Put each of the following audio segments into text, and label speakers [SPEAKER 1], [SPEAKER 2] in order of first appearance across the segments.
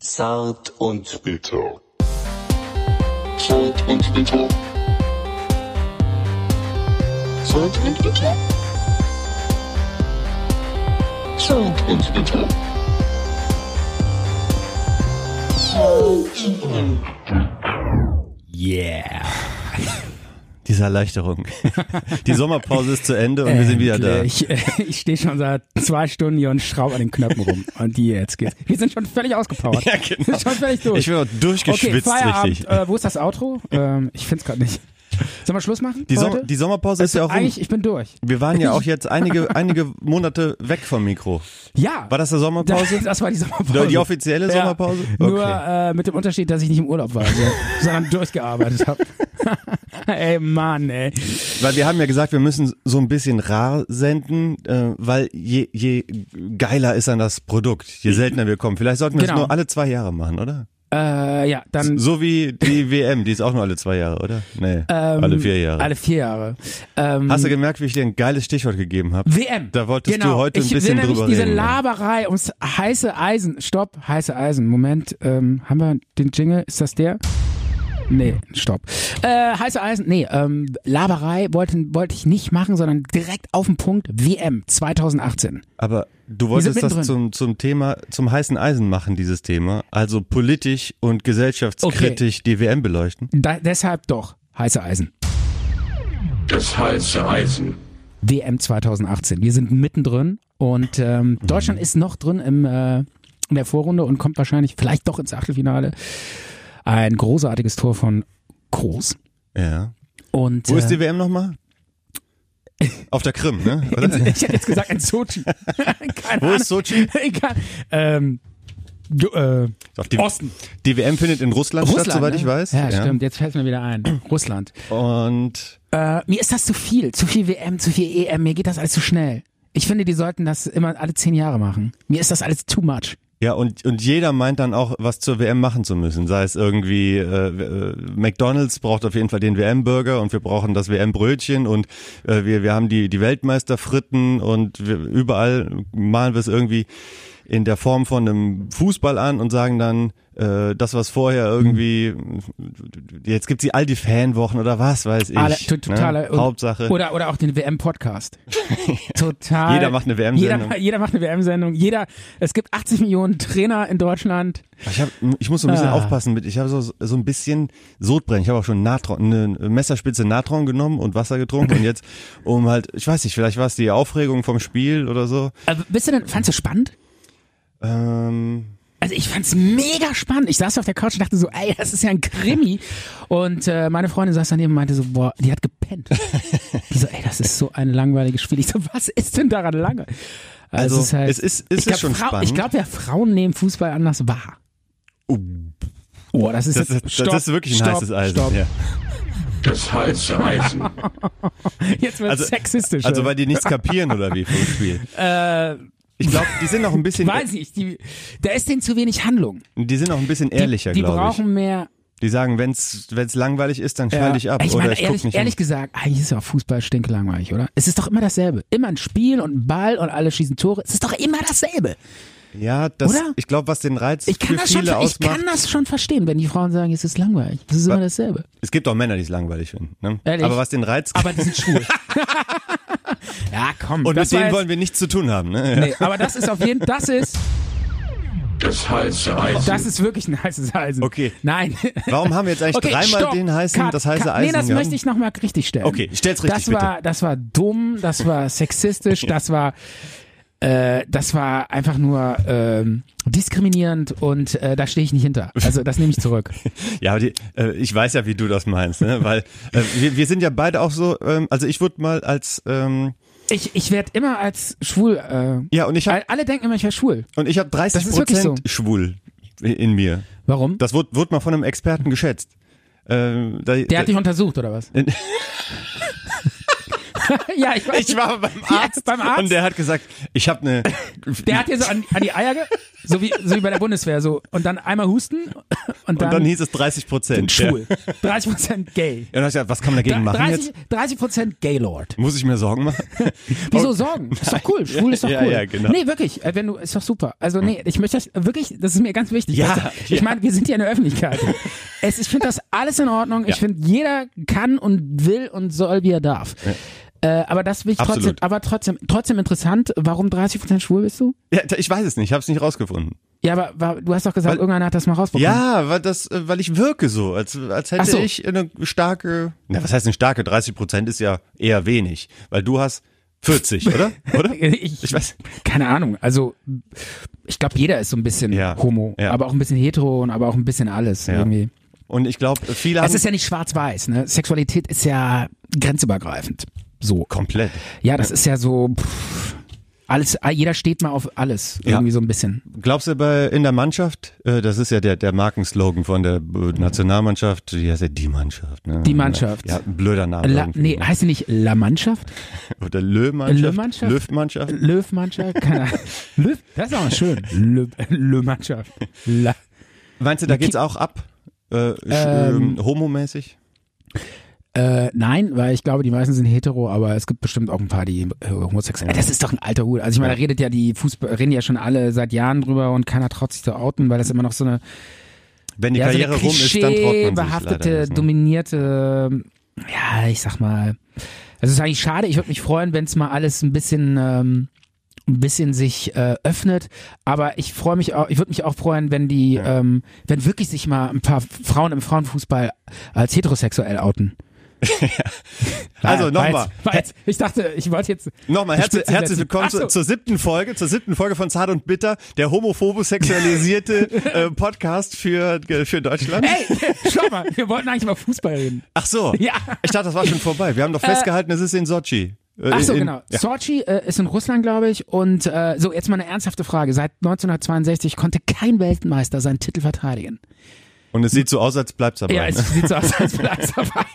[SPEAKER 1] Zart und
[SPEAKER 2] bitter.
[SPEAKER 1] Zart und bitter. Zart und bitter. Zart und bitter.
[SPEAKER 3] Yeah.
[SPEAKER 4] Diese Erleichterung. Die Sommerpause ist zu Ende und wir sind wieder da.
[SPEAKER 3] Ich, ich stehe schon seit zwei Stunden hier und schraube an den Knöpfen rum. Und die jetzt geht's. Wir sind schon völlig ausgepowert.
[SPEAKER 4] Ja, genau.
[SPEAKER 3] Wir sind schon völlig durch.
[SPEAKER 4] Ich bin auch
[SPEAKER 3] okay,
[SPEAKER 4] durchgeschwitzt,
[SPEAKER 3] Feierabend.
[SPEAKER 4] richtig.
[SPEAKER 3] Äh, wo ist das Outro? Ähm, ich find's gerade nicht. Sollen wir Schluss machen?
[SPEAKER 4] Die,
[SPEAKER 3] für
[SPEAKER 4] Sommer,
[SPEAKER 3] heute?
[SPEAKER 4] die Sommerpause ist ja auch rum.
[SPEAKER 3] Also Eigentlich, ich bin durch.
[SPEAKER 4] Wir waren ja auch jetzt einige, einige Monate weg vom Mikro.
[SPEAKER 3] Ja.
[SPEAKER 4] War das der Sommerpause?
[SPEAKER 3] Das, das war die Sommerpause.
[SPEAKER 4] Die offizielle Sommerpause?
[SPEAKER 3] Ja. Nur
[SPEAKER 4] Okay.
[SPEAKER 3] äh, mit dem Unterschied, dass ich nicht im Urlaub war, so, sondern durchgearbeitet habe. ey, Mann, ey.
[SPEAKER 4] Weil wir haben ja gesagt, wir müssen so ein bisschen rar senden, äh, weil je, je geiler ist dann das Produkt, je seltener wir kommen. Vielleicht sollten wir
[SPEAKER 3] Genau.
[SPEAKER 4] es nur alle zwei Jahre machen, oder?
[SPEAKER 3] Äh, ja, dann
[SPEAKER 4] So wie die WM, die ist auch nur alle zwei Jahre, oder? Nee, alle vier Jahre.
[SPEAKER 3] Ähm, Alle vier Jahre. Ähm,
[SPEAKER 4] Hast du gemerkt, wie ich dir ein geiles Stichwort gegeben habe?
[SPEAKER 3] WM.
[SPEAKER 4] Da wolltest
[SPEAKER 3] genau.
[SPEAKER 4] du heute ein
[SPEAKER 3] ich
[SPEAKER 4] bisschen
[SPEAKER 3] will nämlich
[SPEAKER 4] drüber
[SPEAKER 3] diese
[SPEAKER 4] reden.
[SPEAKER 3] Laberei ums heiße Eisen. Stopp, heiße Eisen. Moment, ähm, haben wir den Jingle? Ist das der? Nee, stopp. Äh, heiße Eisen, nee, ähm, Laberei wollte wollte ich nicht machen, sondern direkt auf den Punkt WM 2018.
[SPEAKER 4] Aber du wolltest das
[SPEAKER 3] mittendrin.
[SPEAKER 4] zum, zum Thema, zum heißen Eisen machen, dieses Thema. Also politisch und gesellschaftskritisch die WM beleuchten.
[SPEAKER 3] Da, deshalb doch, heiße Eisen.
[SPEAKER 2] Das heiße Eisen.
[SPEAKER 3] WM 2018. Wir sind mittendrin und ähm,
[SPEAKER 4] Mhm.
[SPEAKER 3] Deutschland ist noch drin im, äh, in der Vorrunde und kommt wahrscheinlich vielleicht doch ins Achtelfinale. Ein großartiges Tor von Groß.
[SPEAKER 4] Ja.
[SPEAKER 3] Und,
[SPEAKER 4] Wo ist
[SPEAKER 3] äh,
[SPEAKER 4] die WM nochmal? Auf der Krim, ne? Oder?
[SPEAKER 3] in, ich hätte jetzt gesagt in Sochi. Keine
[SPEAKER 4] Wo
[SPEAKER 3] Ahnung.
[SPEAKER 4] ist Sochi?
[SPEAKER 3] Egal. Ähm, du, äh,
[SPEAKER 4] Doch, die,
[SPEAKER 3] Osten.
[SPEAKER 4] die WM findet in Russland,
[SPEAKER 3] Russland,
[SPEAKER 4] statt, soweit
[SPEAKER 3] ne?
[SPEAKER 4] ich weiß.
[SPEAKER 3] Ja, stimmt. Jetzt fällt mir wieder ein. Russland.
[SPEAKER 4] Und
[SPEAKER 3] Äh, mir ist das zu viel. Zu viel WM, zu viel EM. Mir geht das alles zu schnell. Ich finde, die sollten das immer alle zehn Jahre machen. Mir ist das alles too much.
[SPEAKER 4] Ja, und, und jeder meint dann auch, was zur WM machen zu müssen. Sei es irgendwie, äh, äh, McDonalds braucht auf jeden Fall den WM-Burger und wir brauchen das WM-Brötchen und äh, wir, wir haben die, die Weltmeisterfritten und wir, überall malen wir es irgendwie in der Form von einem Fußball an und sagen dann, äh, das, was vorher irgendwie,
[SPEAKER 3] Mhm.
[SPEAKER 4] jetzt gibt's die all die Fanwochen oder was weiß ich.
[SPEAKER 3] Alle, to- totale
[SPEAKER 4] ne? Hauptsache.
[SPEAKER 3] Oder, oder auch den WM-Podcast. Total.
[SPEAKER 4] Jeder macht eine WM-Sendung.
[SPEAKER 3] Jeder, jeder macht eine WM-Sendung. Jeder, es gibt 80 Millionen Trainer in Deutschland.
[SPEAKER 4] Ich, hab, ich muss so ein bisschen
[SPEAKER 3] Ah.
[SPEAKER 4] aufpassen mit, ich habe so, so ein bisschen Sodbrennen. Ich habe auch schon Natron, eine Messerspitze Natron genommen und Wasser getrunken und jetzt, um halt, ich weiß nicht, vielleicht war es die Aufregung vom Spiel oder so.
[SPEAKER 3] Aber Also, bist du denn, fandst du spannend?
[SPEAKER 4] Ähm,
[SPEAKER 3] Also ich fand's mega spannend. Ich saß auf der Couch und dachte so, ey, das ist ja ein Krimi. Und äh, meine Freundin saß daneben und meinte so, boah, die hat gepennt. Die so, ey, das ist so ein langweiliges Spiel. Ich so, was ist denn daran lange?
[SPEAKER 4] Also, es ist- es
[SPEAKER 3] halt, ich
[SPEAKER 4] ist
[SPEAKER 3] glaub,
[SPEAKER 4] schon
[SPEAKER 3] Frau,
[SPEAKER 4] spannend.
[SPEAKER 3] Ich glaube ja, Frauen nehmen Fußball anders wahr.
[SPEAKER 4] Oh.
[SPEAKER 3] Oh, das ist
[SPEAKER 4] das,
[SPEAKER 3] jetzt,
[SPEAKER 4] ist- das,
[SPEAKER 3] stopp,
[SPEAKER 4] ist wirklich ein
[SPEAKER 3] stopp,
[SPEAKER 4] heißes Eisen.
[SPEAKER 3] Stopp.
[SPEAKER 4] Ja.
[SPEAKER 2] Das heiße Eisen.
[SPEAKER 3] Jetzt wird's
[SPEAKER 4] Also,
[SPEAKER 3] sexistisch.
[SPEAKER 4] also
[SPEAKER 3] ey.
[SPEAKER 4] weil die nichts kapieren oder wie vom Spiel.
[SPEAKER 3] äh,
[SPEAKER 4] Ich glaube, die sind noch ein bisschen,
[SPEAKER 3] weiß ich, die, da ist denen zu wenig Handlung.
[SPEAKER 4] die sind noch ein bisschen ehrlicher,
[SPEAKER 3] die, die
[SPEAKER 4] glaube ich.
[SPEAKER 3] brauchen mehr
[SPEAKER 4] Die sagen, wenn's wenn's langweilig ist, dann schalte ich ab
[SPEAKER 3] Ich
[SPEAKER 4] oder
[SPEAKER 3] meine,
[SPEAKER 4] ich guck um.
[SPEAKER 3] ehrlich,
[SPEAKER 4] nicht
[SPEAKER 3] ehrlich
[SPEAKER 4] hin.
[SPEAKER 3] gesagt, eigentlich ist ja auch Fußball stinklangweilig, oder? Es ist doch immer dasselbe. Immer ein Spiel und ein Ball und alle schießen Tore. Es ist doch immer dasselbe.
[SPEAKER 4] Ja, das,
[SPEAKER 3] Oder?
[SPEAKER 4] ich glaube, was den Reiz
[SPEAKER 3] Ich kann,
[SPEAKER 4] für
[SPEAKER 3] das schon,
[SPEAKER 4] viele
[SPEAKER 3] ich
[SPEAKER 4] ausmacht.
[SPEAKER 3] kann das schon verstehen, wenn die Frauen sagen, es ist langweilig. Es ist immer
[SPEAKER 4] Wa-
[SPEAKER 3] dasselbe.
[SPEAKER 4] Es gibt auch Männer, die es langweilig finden. Ne?
[SPEAKER 3] Ehrlich?
[SPEAKER 4] Aber was den Reiz
[SPEAKER 3] Aber die sind schwul. ja, komm.
[SPEAKER 4] Und
[SPEAKER 3] das
[SPEAKER 4] mit
[SPEAKER 3] war
[SPEAKER 4] denen
[SPEAKER 3] jetzt-
[SPEAKER 4] wollen wir nichts zu tun haben. Ne?
[SPEAKER 3] Nee, aber das ist auf jeden Fall, das ist,
[SPEAKER 2] Das heiße Eisen.
[SPEAKER 3] das ist wirklich ein heißes Eisen.
[SPEAKER 4] Okay.
[SPEAKER 3] Nein.
[SPEAKER 4] Warum haben wir jetzt eigentlich
[SPEAKER 3] Okay,
[SPEAKER 4] dreimal
[SPEAKER 3] stopp,
[SPEAKER 4] den heißen,
[SPEAKER 3] Cut,
[SPEAKER 4] das heiße
[SPEAKER 3] Cut.
[SPEAKER 4] Eisen?
[SPEAKER 3] Nee, das
[SPEAKER 4] gehabt?
[SPEAKER 3] möchte ich nochmal richtig stellen.
[SPEAKER 4] Okay, stell's richtig
[SPEAKER 3] das war, Das war dumm, das war sexistisch, das war, äh, das war einfach nur ähm, diskriminierend und äh, da stehe ich nicht hinter. Also das nehme ich zurück.
[SPEAKER 4] Ja, aber die, äh, ich weiß ja, wie du das meinst, ne? weil äh, wir, wir sind ja beide auch so, ähm, also ich wurde mal als, ähm,
[SPEAKER 3] Ich, ich werde immer als schwul. Äh,
[SPEAKER 4] ja und ich habe
[SPEAKER 3] all- Alle denken immer, ich wäre schwul.
[SPEAKER 4] und ich habe 30
[SPEAKER 3] ist wirklich
[SPEAKER 4] Prozent schwul i- in mir.
[SPEAKER 3] Warum?
[SPEAKER 4] Das wurde, wurde mal von einem Experten geschätzt. Ähm, da,
[SPEAKER 3] Der hat dich untersucht oder was? ja, ich weiß.
[SPEAKER 4] ich war beim
[SPEAKER 3] Ja,
[SPEAKER 4] Arzt,
[SPEAKER 3] beim Arzt.
[SPEAKER 4] und der hat gesagt, ich ne, habe eine,
[SPEAKER 3] Der hat dir so an, an die Eier, ge so wie, so wie bei der Bundeswehr, so. Und dann einmal husten Und
[SPEAKER 4] Und
[SPEAKER 3] dann,
[SPEAKER 4] dann hieß es 30 Prozent.
[SPEAKER 3] schwul. 30% gay.
[SPEAKER 4] Ja, und dann hab ich gesagt, was kann man dagegen machen jetzt?
[SPEAKER 3] 30%, 30 Gaylord.
[SPEAKER 4] Muss ich mir Sorgen machen?
[SPEAKER 3] Wieso Sorgen? Ist doch cool. Schwul ist doch
[SPEAKER 4] Ja,
[SPEAKER 3] cool.
[SPEAKER 4] ja, genau. Hm.
[SPEAKER 3] Nee, wirklich. äh, Wenn du, ist doch super. Also nee, ich möchte das wirklich, das ist mir ganz wichtig.
[SPEAKER 4] Ja,
[SPEAKER 3] dass- ich
[SPEAKER 4] ja.
[SPEAKER 3] meine, wir sind ja in der Öffentlichkeit. es, ich finde das alles in Ordnung. Ich finde, jeder kann und will und soll, wie er darf. Äh, aber das will ich
[SPEAKER 4] Absolut.
[SPEAKER 3] trotzdem, aber trotzdem, trotzdem interessant. Warum 30% schwul bist du?
[SPEAKER 4] Ja, ich weiß es nicht, ich habe es nicht rausgefunden.
[SPEAKER 3] Ja, aber war, du hast doch gesagt,
[SPEAKER 4] Weil-
[SPEAKER 3] irgendeiner hat das mal rausbekommen.
[SPEAKER 4] Ja, weil das, äh, weil ich wirke so, als, als hätte
[SPEAKER 3] Ach so.
[SPEAKER 4] ich eine starke. Na, was heißt eine starke? 30 Prozent ist ja eher wenig, weil du hast 40, oder? Oder?
[SPEAKER 3] Ich,
[SPEAKER 4] Ich weiß.
[SPEAKER 3] keine Ahnung. Also ich glaube, jeder ist so ein bisschen
[SPEAKER 4] Ja,
[SPEAKER 3] homo,
[SPEAKER 4] ja.
[SPEAKER 3] aber auch ein bisschen hetero und aber auch ein bisschen alles
[SPEAKER 4] Ja. Ähm,
[SPEAKER 3] irgendwie.
[SPEAKER 4] Und ich glaube, viele haben
[SPEAKER 3] Es ist ja nicht schwarz-weiß, ne? Sexualität ist ja grenzübergreifend. So.
[SPEAKER 4] komplett.
[SPEAKER 3] Ja, das ist ja so pff, alles, ah, jeder steht mal auf alles,
[SPEAKER 4] Ja.
[SPEAKER 3] irgendwie so ein bisschen.
[SPEAKER 4] Glaubst du bei in der Mannschaft, äh, das ist ja der der Markenslogan von der äh, Nationalmannschaft, die heißt ja die Mannschaft, ne?
[SPEAKER 3] Die Mannschaft.
[SPEAKER 4] Ja, ein blöder Name
[SPEAKER 3] La,
[SPEAKER 4] irgendwie. ne?
[SPEAKER 3] nee, heißt sie nicht La Mannschaft?
[SPEAKER 4] Oder Löw-Mannschaft?
[SPEAKER 3] Löw-Mannschaft?
[SPEAKER 4] Löw-Mannschaft?
[SPEAKER 3] Löw-Mannschaft? Keine Ahnung. Löw, das ist auch mal schön. Löw- Löw-Mannschaft. La,
[SPEAKER 4] Meinst du, da geht's auch ab? Äh, ähm, homomäßig?
[SPEAKER 3] äh, nein, weil ich glaube, die meisten sind hetero, aber es gibt bestimmt auch ein paar, die äh, homosexuell sind. Das ist doch ein alter Hut. Also ich meine, da redet ja die Fußball, reden ja schon alle seit Jahren drüber und keiner traut sich zu outen, weil das immer noch so eine
[SPEAKER 4] Wenn die
[SPEAKER 3] ja,
[SPEAKER 4] Karriere
[SPEAKER 3] so eine
[SPEAKER 4] rum ist, dann traut man sich leider
[SPEAKER 3] behaftete,
[SPEAKER 4] nicht, ne?
[SPEAKER 3] dominierte, ja, ich sag mal, es ist eigentlich schade. Ich würde mich freuen, wenn es mal alles ein bisschen, ähm, ein bisschen sich äh, öffnet. Aber ich freue mich auch, ich würde mich auch freuen, wenn die, ähm, wenn wirklich sich mal ein paar Frauen im Frauenfußball als heterosexuell outen.
[SPEAKER 4] Also
[SPEAKER 3] War-
[SPEAKER 4] nochmal.
[SPEAKER 3] war jetzt- war jetzt- Ich dachte, ich wollte jetzt
[SPEAKER 4] Nochmal,
[SPEAKER 3] die
[SPEAKER 4] herzlich,
[SPEAKER 3] Spitze
[SPEAKER 4] herzlich
[SPEAKER 3] setzen.
[SPEAKER 4] willkommen
[SPEAKER 3] Ach so.
[SPEAKER 4] zu, zur siebten Folge, zur siebten Folge von Zart und Bitter, der homophobe sexualisierte äh, Podcast für, äh, für Deutschland.
[SPEAKER 3] Ey, schau mal, wir wollten eigentlich mal Fußball reden.
[SPEAKER 4] Ach so,
[SPEAKER 3] Ja. Äh.
[SPEAKER 4] ich dachte, das war schon vorbei. Wir haben doch festgehalten, es ist in Sochi. Äh,
[SPEAKER 3] Ach so,
[SPEAKER 4] in,
[SPEAKER 3] genau.
[SPEAKER 4] Ja.
[SPEAKER 3] Sochi äh, ist in Russland, glaube ich. Und äh, so, jetzt mal eine ernsthafte Frage. Seit 1962 konnte kein Weltmeister seinen Titel verteidigen.
[SPEAKER 4] Und es sieht so aus, als bleibt's dabei.
[SPEAKER 3] Ja,
[SPEAKER 4] ne?
[SPEAKER 3] es sieht so aus, als wäre es dabei.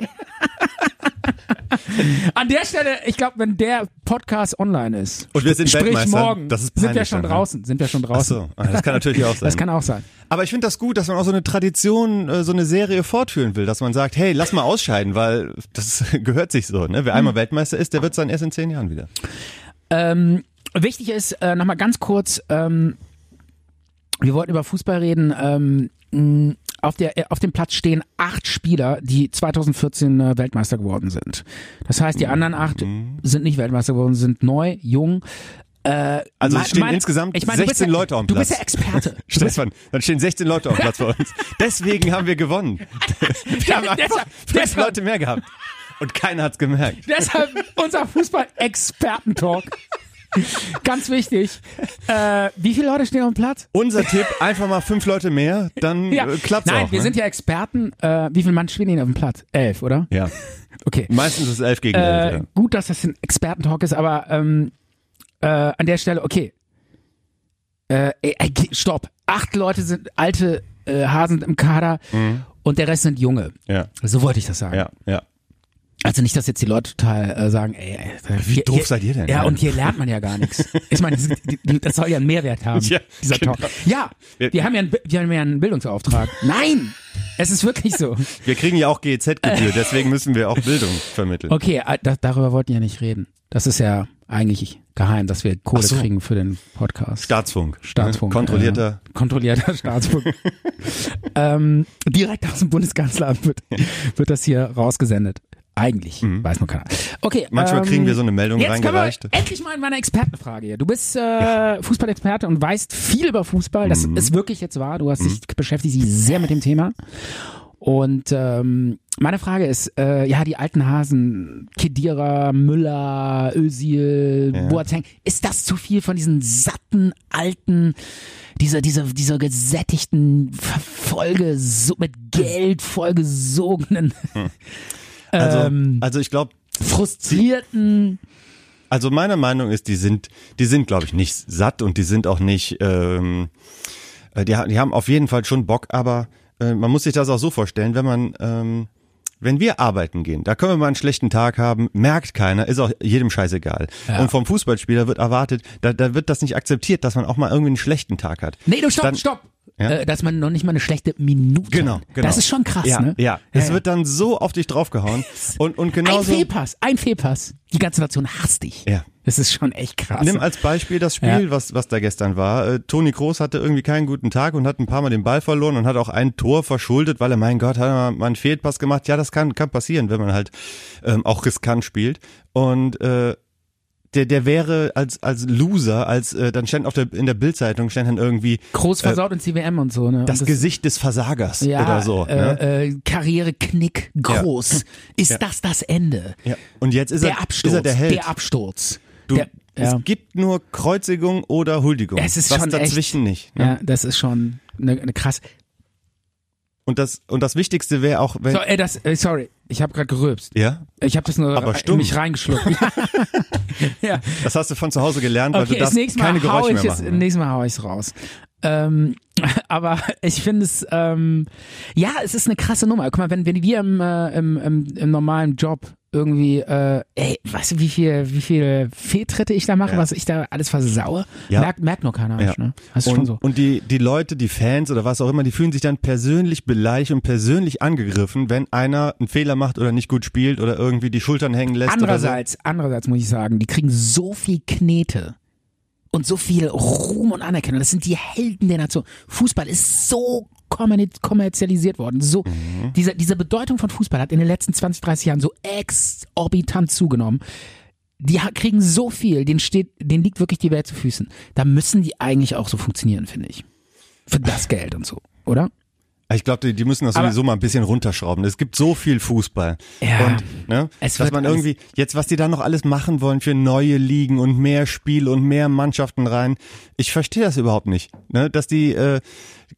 [SPEAKER 3] An der Stelle, ich glaube, wenn der Podcast online ist,
[SPEAKER 4] Und wir sind
[SPEAKER 3] sprich
[SPEAKER 4] Weltmeister,
[SPEAKER 3] morgen,
[SPEAKER 4] das ist
[SPEAKER 3] sind wir
[SPEAKER 4] peinlich
[SPEAKER 3] schon
[SPEAKER 4] dann, ne?
[SPEAKER 3] draußen, sind wir schon
[SPEAKER 4] Ach
[SPEAKER 3] draußen.
[SPEAKER 4] so, ah, das kann natürlich auch sein.
[SPEAKER 3] Das kann auch sein.
[SPEAKER 4] Aber ich finde das gut, dass man auch so eine Tradition, äh, so eine Serie fortführen will, dass man sagt, hey, lass mal ausscheiden, weil das gehört sich so. Ne? Wer einmal
[SPEAKER 3] Mhm.
[SPEAKER 4] Weltmeister ist, der wird's dann erst in zehn Jahren wieder.
[SPEAKER 3] Ähm, wichtig ist, äh, nochmal ganz kurz, ähm, wir wollten über Fußball reden. Ähm, mh, auf, der, äh, auf dem Platz stehen acht Spieler, die 2014 äh, Weltmeister geworden sind. Das heißt, die anderen acht
[SPEAKER 4] Mhm.
[SPEAKER 3] sind nicht Weltmeister geworden, sind neu, jung. Äh,
[SPEAKER 4] Also
[SPEAKER 3] mein-
[SPEAKER 4] es stehen
[SPEAKER 3] mein-
[SPEAKER 4] insgesamt
[SPEAKER 3] ich meine, du bist
[SPEAKER 4] 16
[SPEAKER 3] ja,
[SPEAKER 4] Leute auf dem
[SPEAKER 3] Du bist ja
[SPEAKER 4] Platz.
[SPEAKER 3] Experte. Du bist-
[SPEAKER 4] Stefan, dann stehen 16 Leute auf dem Platz bei uns. Deswegen haben wir gewonnen. Wir haben einfach
[SPEAKER 3] Deshalb-
[SPEAKER 4] fünf
[SPEAKER 3] deshalb-
[SPEAKER 4] Leute mehr gehabt. Und keiner hat's gemerkt.
[SPEAKER 3] Deshalb unser Fußball-Experten-Talk. Ganz wichtig. Äh, wie viele Leute stehen auf dem Platz?
[SPEAKER 4] Unser Tipp, einfach mal fünf Leute mehr, dann
[SPEAKER 3] Ja.
[SPEAKER 4] äh, klappt's
[SPEAKER 3] Nein,
[SPEAKER 4] auch.
[SPEAKER 3] wir
[SPEAKER 4] ne?
[SPEAKER 3] sind ja Experten. Äh, wie viele Mann spielen denn auf dem Platz? Elf, oder?
[SPEAKER 4] ja.
[SPEAKER 3] Okay.
[SPEAKER 4] Meistens ist es elf gegen elf.
[SPEAKER 3] Äh,
[SPEAKER 4] Ja.
[SPEAKER 3] gut, dass das ein Expertentalk ist, aber ähm, äh, an der Stelle, okay. Äh, ey, ey, stopp. Acht Leute sind alte äh, Hasen im Kader und der Rest sind Junge.
[SPEAKER 4] Ja,
[SPEAKER 3] So wollte ich das sagen.
[SPEAKER 4] Mhm. ja, ja.
[SPEAKER 3] Also nicht, dass jetzt die Leute total äh, sagen, ey, ey wie
[SPEAKER 4] doof seid ihr denn?
[SPEAKER 3] Ja,
[SPEAKER 4] Ja.
[SPEAKER 3] und hier lernt man ja gar nichts. Ich meine, das, das soll ja einen Mehrwert haben,
[SPEAKER 4] Ja, genau.
[SPEAKER 3] dieser Talk. Ja,
[SPEAKER 4] Wir-
[SPEAKER 3] wir haben ja, einen, wir haben ja einen Bildungsauftrag. Nein, es ist wirklich so.
[SPEAKER 4] Wir kriegen ja auch GEZ-Gebühr, deswegen müssen wir auch Bildung vermitteln.
[SPEAKER 3] Okay, äh, da, darüber wollten wir ja nicht reden. Das ist ja eigentlich geheim, dass wir Kohle
[SPEAKER 4] Ach so.
[SPEAKER 3] kriegen für den Podcast.
[SPEAKER 4] Staatsfunk. Ne?
[SPEAKER 3] Staatsfunk.
[SPEAKER 4] Kontrollierter.
[SPEAKER 3] Äh, kontrollierter Staatsfunk. ähm, direkt aus dem Bundeskanzleramt wird, wird das hier rausgesendet. Eigentlich. Weiß nur keiner. Okay.
[SPEAKER 4] Mhm. Manchmal
[SPEAKER 3] ähm,
[SPEAKER 4] kriegen wir so eine Meldung
[SPEAKER 3] Jetzt können wir
[SPEAKER 4] reingereicht.
[SPEAKER 3] endlich mal in meiner Expertenfrage hier. Du bist äh, Fußballexperte und weißt viel über Fußball. Das ist wirklich jetzt wahr. Du hast dich beschäftigt dich sehr mit dem Thema. Und ähm, meine Frage ist, äh, ja, die alten Hasen, Kedira, Müller, Özil, Boateng, ist das zu viel von diesen satten, alten, dieser, dieser, dieser gesättigten, Folge so, mit Geld vollgesogenen,
[SPEAKER 4] Also,
[SPEAKER 3] ähm,
[SPEAKER 4] also ich glaube,
[SPEAKER 3] frustrierten,
[SPEAKER 4] Also meine Meinung ist, die sind, die sind, glaube ich, nicht satt und die sind auch nicht, ähm, äh, die, ha- die haben auf jeden Fall schon Bock, aber äh, man muss sich das auch so vorstellen, wenn man, ähm, wenn wir arbeiten gehen, da können wir mal einen schlechten Tag haben, merkt keiner, ist auch jedem scheißegal. Und vom Fußballspieler wird erwartet, da, da wird das nicht akzeptiert, dass man auch mal irgendwie einen schlechten Tag hat.
[SPEAKER 3] Nee, du stopp,
[SPEAKER 4] Dann-
[SPEAKER 3] stopp.
[SPEAKER 4] Ja.
[SPEAKER 3] äh, dass man noch nicht mal eine schlechte Minute
[SPEAKER 4] Genau,
[SPEAKER 3] hat.
[SPEAKER 4] genau.
[SPEAKER 3] Das ist schon krass,
[SPEAKER 4] ja,
[SPEAKER 3] ne?
[SPEAKER 4] ja. Es wird dann so auf dich draufgehauen. Und, und
[SPEAKER 3] Ein
[SPEAKER 4] genauso.
[SPEAKER 3] Fehlpass, ein Fehlpass. Die ganze Nation hasst dich.
[SPEAKER 4] Ja.
[SPEAKER 3] Das ist schon echt krass.
[SPEAKER 4] Nimm als Beispiel das Spiel, was, was da gestern war. Äh, Toni Kroos hatte irgendwie keinen guten Tag und hat ein paar Mal den Ball verloren und hat auch ein Tor verschuldet, weil er, mein Gott, hat er mal- mal einen Fehlpass gemacht. Ja, das kann, kann passieren, wenn man halt ähm, auch riskant spielt. Und äh, der, der wäre als, als Loser, als äh, dann stand auf der, in der Bildzeitung stand dann irgendwie
[SPEAKER 3] Groß versaut und CWM und so, ne?
[SPEAKER 4] äh, das,
[SPEAKER 3] und
[SPEAKER 4] Gesicht des Versagers
[SPEAKER 3] ja,
[SPEAKER 4] oder so.
[SPEAKER 3] äh,
[SPEAKER 4] ne?
[SPEAKER 3] äh, Karriereknick groß. Ist
[SPEAKER 4] Ja.
[SPEAKER 3] das das Ende?
[SPEAKER 4] ja. Und jetzt ist,
[SPEAKER 3] Der
[SPEAKER 4] er,
[SPEAKER 3] Absturz.
[SPEAKER 4] ist er der Held.
[SPEAKER 3] Der Absturz.
[SPEAKER 4] du,
[SPEAKER 3] der, ja.
[SPEAKER 4] Es gibt nur Kreuzigung oder Huldigung.
[SPEAKER 3] Es ist
[SPEAKER 4] was
[SPEAKER 3] schon echt-
[SPEAKER 4] dazwischen nicht. Ne?
[SPEAKER 3] ja, das ist schon eine ne krass.
[SPEAKER 4] Und, das, und das Wichtigste wäre auch, wenn.
[SPEAKER 3] So, ey, das, ey, sorry, ich habe gerade gerülpst.
[SPEAKER 4] ja?
[SPEAKER 3] Ich habe das nur
[SPEAKER 4] Aber
[SPEAKER 3] re-
[SPEAKER 4] stumm.
[SPEAKER 3] mich reingeschluckt. ja.
[SPEAKER 4] Das hast du von zu Hause gelernt, weil du
[SPEAKER 3] Okay, das
[SPEAKER 4] darfst
[SPEAKER 3] nächste Mal
[SPEAKER 4] keine
[SPEAKER 3] hau
[SPEAKER 4] Geräusche
[SPEAKER 3] ich
[SPEAKER 4] mehr
[SPEAKER 3] es,
[SPEAKER 4] machen. ne?
[SPEAKER 3] nächstes Mal hau ich's raus. Ähm, aber ich finde es, ähm, ja, es ist eine krasse Nummer. Guck mal, wenn, wenn wir im, äh, im, im, im normalen Job irgendwie, äh, ey, weißt du, wie viel, wie viel Fehltritte ich da mache, was ich da alles versaue,
[SPEAKER 4] Ja.
[SPEAKER 3] merkt, merkt nur keiner.
[SPEAKER 4] Ja.
[SPEAKER 3] Ne? Das ist
[SPEAKER 4] und
[SPEAKER 3] schon so.
[SPEAKER 4] und die, die Leute, die Fans oder was auch immer, die fühlen sich dann persönlich beleidigt und persönlich angegriffen, wenn einer einen Fehler macht oder nicht gut spielt oder irgendwie die Schultern hängen lässt.
[SPEAKER 3] Andererseits, andererseits muss ich sagen, die kriegen so viel Knete und so viel Ruhm und Anerkennung. Das sind die Helden der Nation. Fußball ist so kommer- kommerzialisiert worden. So, diese, diese Bedeutung von Fußball hat in den letzten 20, 30 Jahren so exorbitant zugenommen. Die ha- kriegen so viel, denen, steht, denen liegt wirklich die Welt zu Füßen. Da müssen die eigentlich auch so funktionieren, finde ich. Für das Geld und so, oder?
[SPEAKER 4] Oder so. Ich glaube, die, die müssen das
[SPEAKER 3] Aber-
[SPEAKER 4] sowieso mal ein bisschen runterschrauben. Es gibt so viel Fußball.
[SPEAKER 3] Ja.
[SPEAKER 4] Und, ne,
[SPEAKER 3] Es
[SPEAKER 4] dass
[SPEAKER 3] wird
[SPEAKER 4] man irgendwie, jetzt was die da noch alles machen wollen für neue Ligen und mehr Spiele und mehr Mannschaften rein, ich verstehe das überhaupt nicht. Ne, dass die, äh,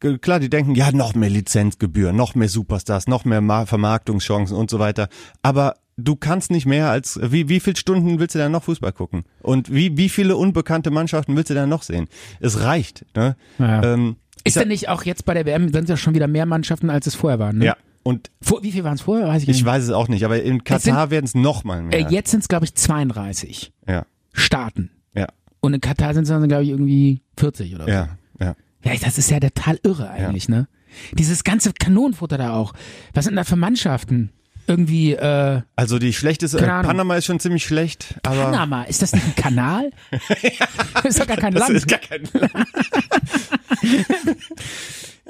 [SPEAKER 4] g- klar, die denken, ja, noch mehr Lizenzgebühren, noch mehr Superstars, noch mehr Ma Vermarktungschancen und so weiter. Aber du kannst nicht mehr als, wie, wie viele Stunden willst du denn noch Fußball gucken? Und wie, wie viele unbekannte Mannschaften willst du denn noch sehen? Es reicht. Ne?
[SPEAKER 3] Ja.
[SPEAKER 4] Ähm,
[SPEAKER 3] Ist
[SPEAKER 4] Ja.
[SPEAKER 3] denn nicht auch jetzt bei der WM, sind ja schon wieder mehr Mannschaften, als es vorher waren? Ne?
[SPEAKER 4] ja. Und
[SPEAKER 3] Vor, wie viel waren es vorher? Weiß ich gar nicht.
[SPEAKER 4] Ich weiß es auch nicht, aber in Katar werden es nochmal mehr.
[SPEAKER 3] Äh, jetzt sind es, glaube ich, 32
[SPEAKER 4] ja,
[SPEAKER 3] Staaten.
[SPEAKER 4] ja,
[SPEAKER 3] Und in Katar sind es dann, glaube ich, irgendwie 40 oder so.
[SPEAKER 4] ja, ja.
[SPEAKER 3] Ja, das ist ja total irre eigentlich, ne? Dieses ganze Kanonenfutter da auch. Was sind da für Mannschaften? Irgendwie, äh,
[SPEAKER 4] Also die schlechteste, äh,
[SPEAKER 3] Keine Ahnung.
[SPEAKER 4] Panama ist schon ziemlich schlecht, aber
[SPEAKER 3] Panama, ist das nicht ein Kanal? das ist doch gar kein
[SPEAKER 4] das
[SPEAKER 3] Land.
[SPEAKER 4] ist gar kein Land.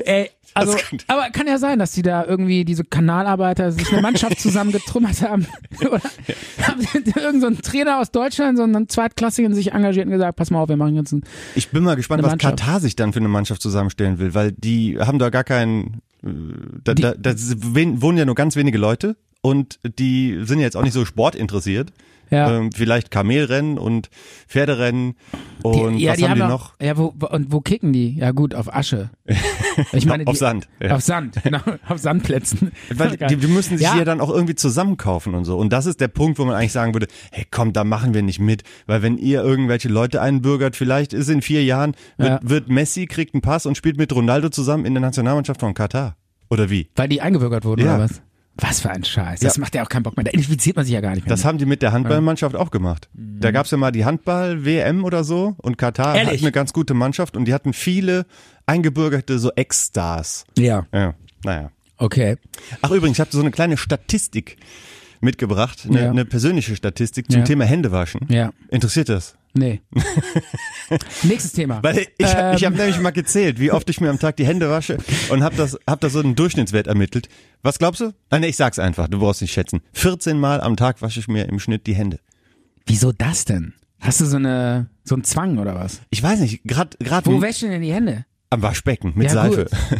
[SPEAKER 3] Ey, also,
[SPEAKER 4] kann-
[SPEAKER 3] aber kann ja sein, dass die da irgendwie diese Kanalarbeiter sich eine Mannschaft zusammengetrümmert haben. Oder haben irgendeinen so einen Trainer aus Deutschland, so einen Zweitklassigen sich engagiert und gesagt, pass mal auf, wir machen jetzt einen
[SPEAKER 4] Ich bin mal gespannt,
[SPEAKER 3] Eine
[SPEAKER 4] was
[SPEAKER 3] Mannschaft.
[SPEAKER 4] Katar sich dann für eine Mannschaft zusammenstellen will, weil die haben da gar keinen, äh, da, da, da wen- wohnen ja nur ganz wenige Leute und die sind ja jetzt auch nicht so sportinteressiert.
[SPEAKER 3] Ja.
[SPEAKER 4] Ähm, vielleicht Kamelrennen und Pferderennen und was haben die
[SPEAKER 3] doch-
[SPEAKER 4] noch?
[SPEAKER 3] Ja, wo, wo- und wo kicken die? Ja gut, auf Asche. Ich meine,
[SPEAKER 4] Auf
[SPEAKER 3] die-
[SPEAKER 4] Sand, ja.
[SPEAKER 3] Auf Sand, genau, auf Sandplätzen.
[SPEAKER 4] Weil die, die müssen sich
[SPEAKER 3] ja,
[SPEAKER 4] ja dann auch irgendwie zusammenkaufen und so. Und das ist der Punkt, wo man eigentlich sagen würde, hey komm, da machen wir nicht mit. Weil wenn ihr irgendwelche Leute einbürgert, vielleicht ist in vier Jahren, wird,
[SPEAKER 3] Ja.
[SPEAKER 4] wird Messi, kriegt einen Pass und spielt mit Ronaldo zusammen in der Nationalmannschaft von Katar. Oder wie?
[SPEAKER 3] Weil die eingebürgert wurden
[SPEAKER 4] Ja.
[SPEAKER 3] oder was? Was für ein Scheiß. Das
[SPEAKER 4] Ja.
[SPEAKER 3] macht ja auch keinen Bock mehr. Da identifiziert man sich ja gar nicht mehr.
[SPEAKER 4] Das haben die mit der Handballmannschaft auch gemacht.
[SPEAKER 3] Mhm.
[SPEAKER 4] Da gab's ja mal die Handball-WM oder so und Katar
[SPEAKER 3] Ehrlich?
[SPEAKER 4] hat eine ganz gute Mannschaft und die hatten viele eingebürgerte so Ex-Stars.
[SPEAKER 3] ja,
[SPEAKER 4] Ja, naja.
[SPEAKER 3] okay.
[SPEAKER 4] Ach übrigens, ich habe so eine kleine Statistik mitgebracht, eine,
[SPEAKER 3] Ja.
[SPEAKER 4] eine persönliche Statistik zum
[SPEAKER 3] Ja.
[SPEAKER 4] Thema Händewaschen.
[SPEAKER 3] Ja.
[SPEAKER 4] Interessiert das?
[SPEAKER 3] Nee. Nächstes Thema.
[SPEAKER 4] Weil ich, hab- ich
[SPEAKER 3] Ähm,
[SPEAKER 4] habe nämlich mal gezählt, wie oft ich mir am Tag die Hände wasche und habe das, hab das so einen Durchschnittswert ermittelt. Was glaubst du? Ah, nee, ich sag's einfach, du brauchst nicht schätzen. 14 Mal am Tag wasche ich mir im Schnitt die Hände.
[SPEAKER 3] Wieso das denn? Hast du so eine so einen Zwang oder was?
[SPEAKER 4] Ich weiß nicht, gerade grad
[SPEAKER 3] Wo
[SPEAKER 4] m-
[SPEAKER 3] wäschst du denn die Hände?
[SPEAKER 4] am Waschbecken mit
[SPEAKER 3] Ja,
[SPEAKER 4] Seife.
[SPEAKER 3] gut.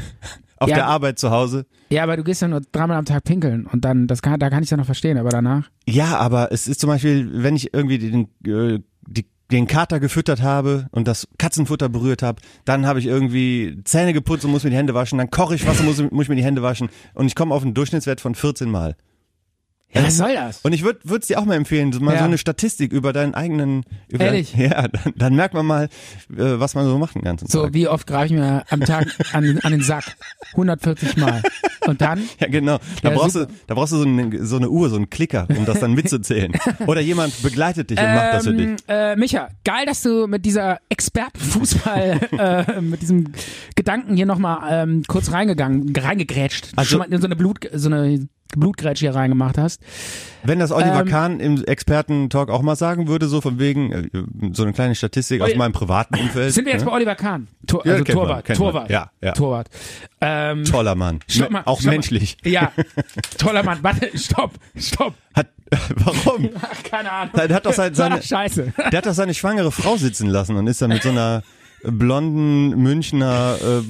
[SPEAKER 4] Auf
[SPEAKER 3] Ja.
[SPEAKER 4] der Arbeit zu Hause.
[SPEAKER 3] Ja, aber du gehst ja nur dreimal am Tag pinkeln und dann, das kann, da kann ich ja noch verstehen, aber danach.
[SPEAKER 4] Ja, aber es ist zum Beispiel, wenn ich irgendwie den, äh, die, den Kater gefüttert habe und das Katzenfutter berührt habe, dann habe ich irgendwie Zähne geputzt und muss mir die Hände waschen, dann koche ich was und muss, muss ich mir die Hände waschen und ich komme auf einen Durchschnittswert von 14 Mal.
[SPEAKER 3] Ja, was soll das?
[SPEAKER 4] Und ich würde es dir auch mal empfehlen, so mal
[SPEAKER 3] Ja.
[SPEAKER 4] so eine Statistik über deinen eigenen. Über,
[SPEAKER 3] Ehrlich?
[SPEAKER 4] Ja, dann, dann merkt man mal, äh, was man so macht den ganzen
[SPEAKER 3] So,
[SPEAKER 4] Tag.
[SPEAKER 3] wie oft greife ich mir am Tag an, an den Sack? 140 Mal. Und dann?
[SPEAKER 4] Ja, genau. Da
[SPEAKER 3] Ja,
[SPEAKER 4] brauchst du, da brauchst du so eine, so eine Uhr, so einen Klicker, um das dann mitzuzählen. Oder jemand begleitet dich und macht das für dich.
[SPEAKER 3] Ähm, äh, Micha, geil, dass du mit dieser Expertenfußball, äh, mit diesem Gedanken hier nochmal ähm, kurz reingegangen, reingegrätscht,
[SPEAKER 4] Also-
[SPEAKER 3] schon mal in so eine Blut, so eine Blutgrätsche hier reingemacht hast.
[SPEAKER 4] Wenn das Oliver
[SPEAKER 3] ähm,
[SPEAKER 4] Kahn im Experten-Talk auch mal sagen würde, so von wegen, äh, so eine kleine Statistik aus
[SPEAKER 3] Ui.
[SPEAKER 4] meinem privaten Umfeld.
[SPEAKER 3] Sind wir jetzt
[SPEAKER 4] ne?
[SPEAKER 3] bei Oliver Kahn? Tor,
[SPEAKER 4] Ja,
[SPEAKER 3] also
[SPEAKER 4] kennt man,
[SPEAKER 3] Torwart,
[SPEAKER 4] kennt man.
[SPEAKER 3] Torwart,
[SPEAKER 4] Ja, ja.
[SPEAKER 3] Torwart. Ähm,
[SPEAKER 4] Toller Mann.
[SPEAKER 3] stopp mal,
[SPEAKER 4] auch
[SPEAKER 3] stopp mal.
[SPEAKER 4] menschlich.
[SPEAKER 3] Ja, toller Mann. Warte, stopp, stopp.
[SPEAKER 4] Hat, warum?
[SPEAKER 3] Ach, keine Ahnung.
[SPEAKER 4] Der hat doch sein- seine-
[SPEAKER 3] Ach, Scheiße.
[SPEAKER 4] Der hat doch seine schwangere Frau sitzen lassen und ist dann mit so einer blonden Münchner äh,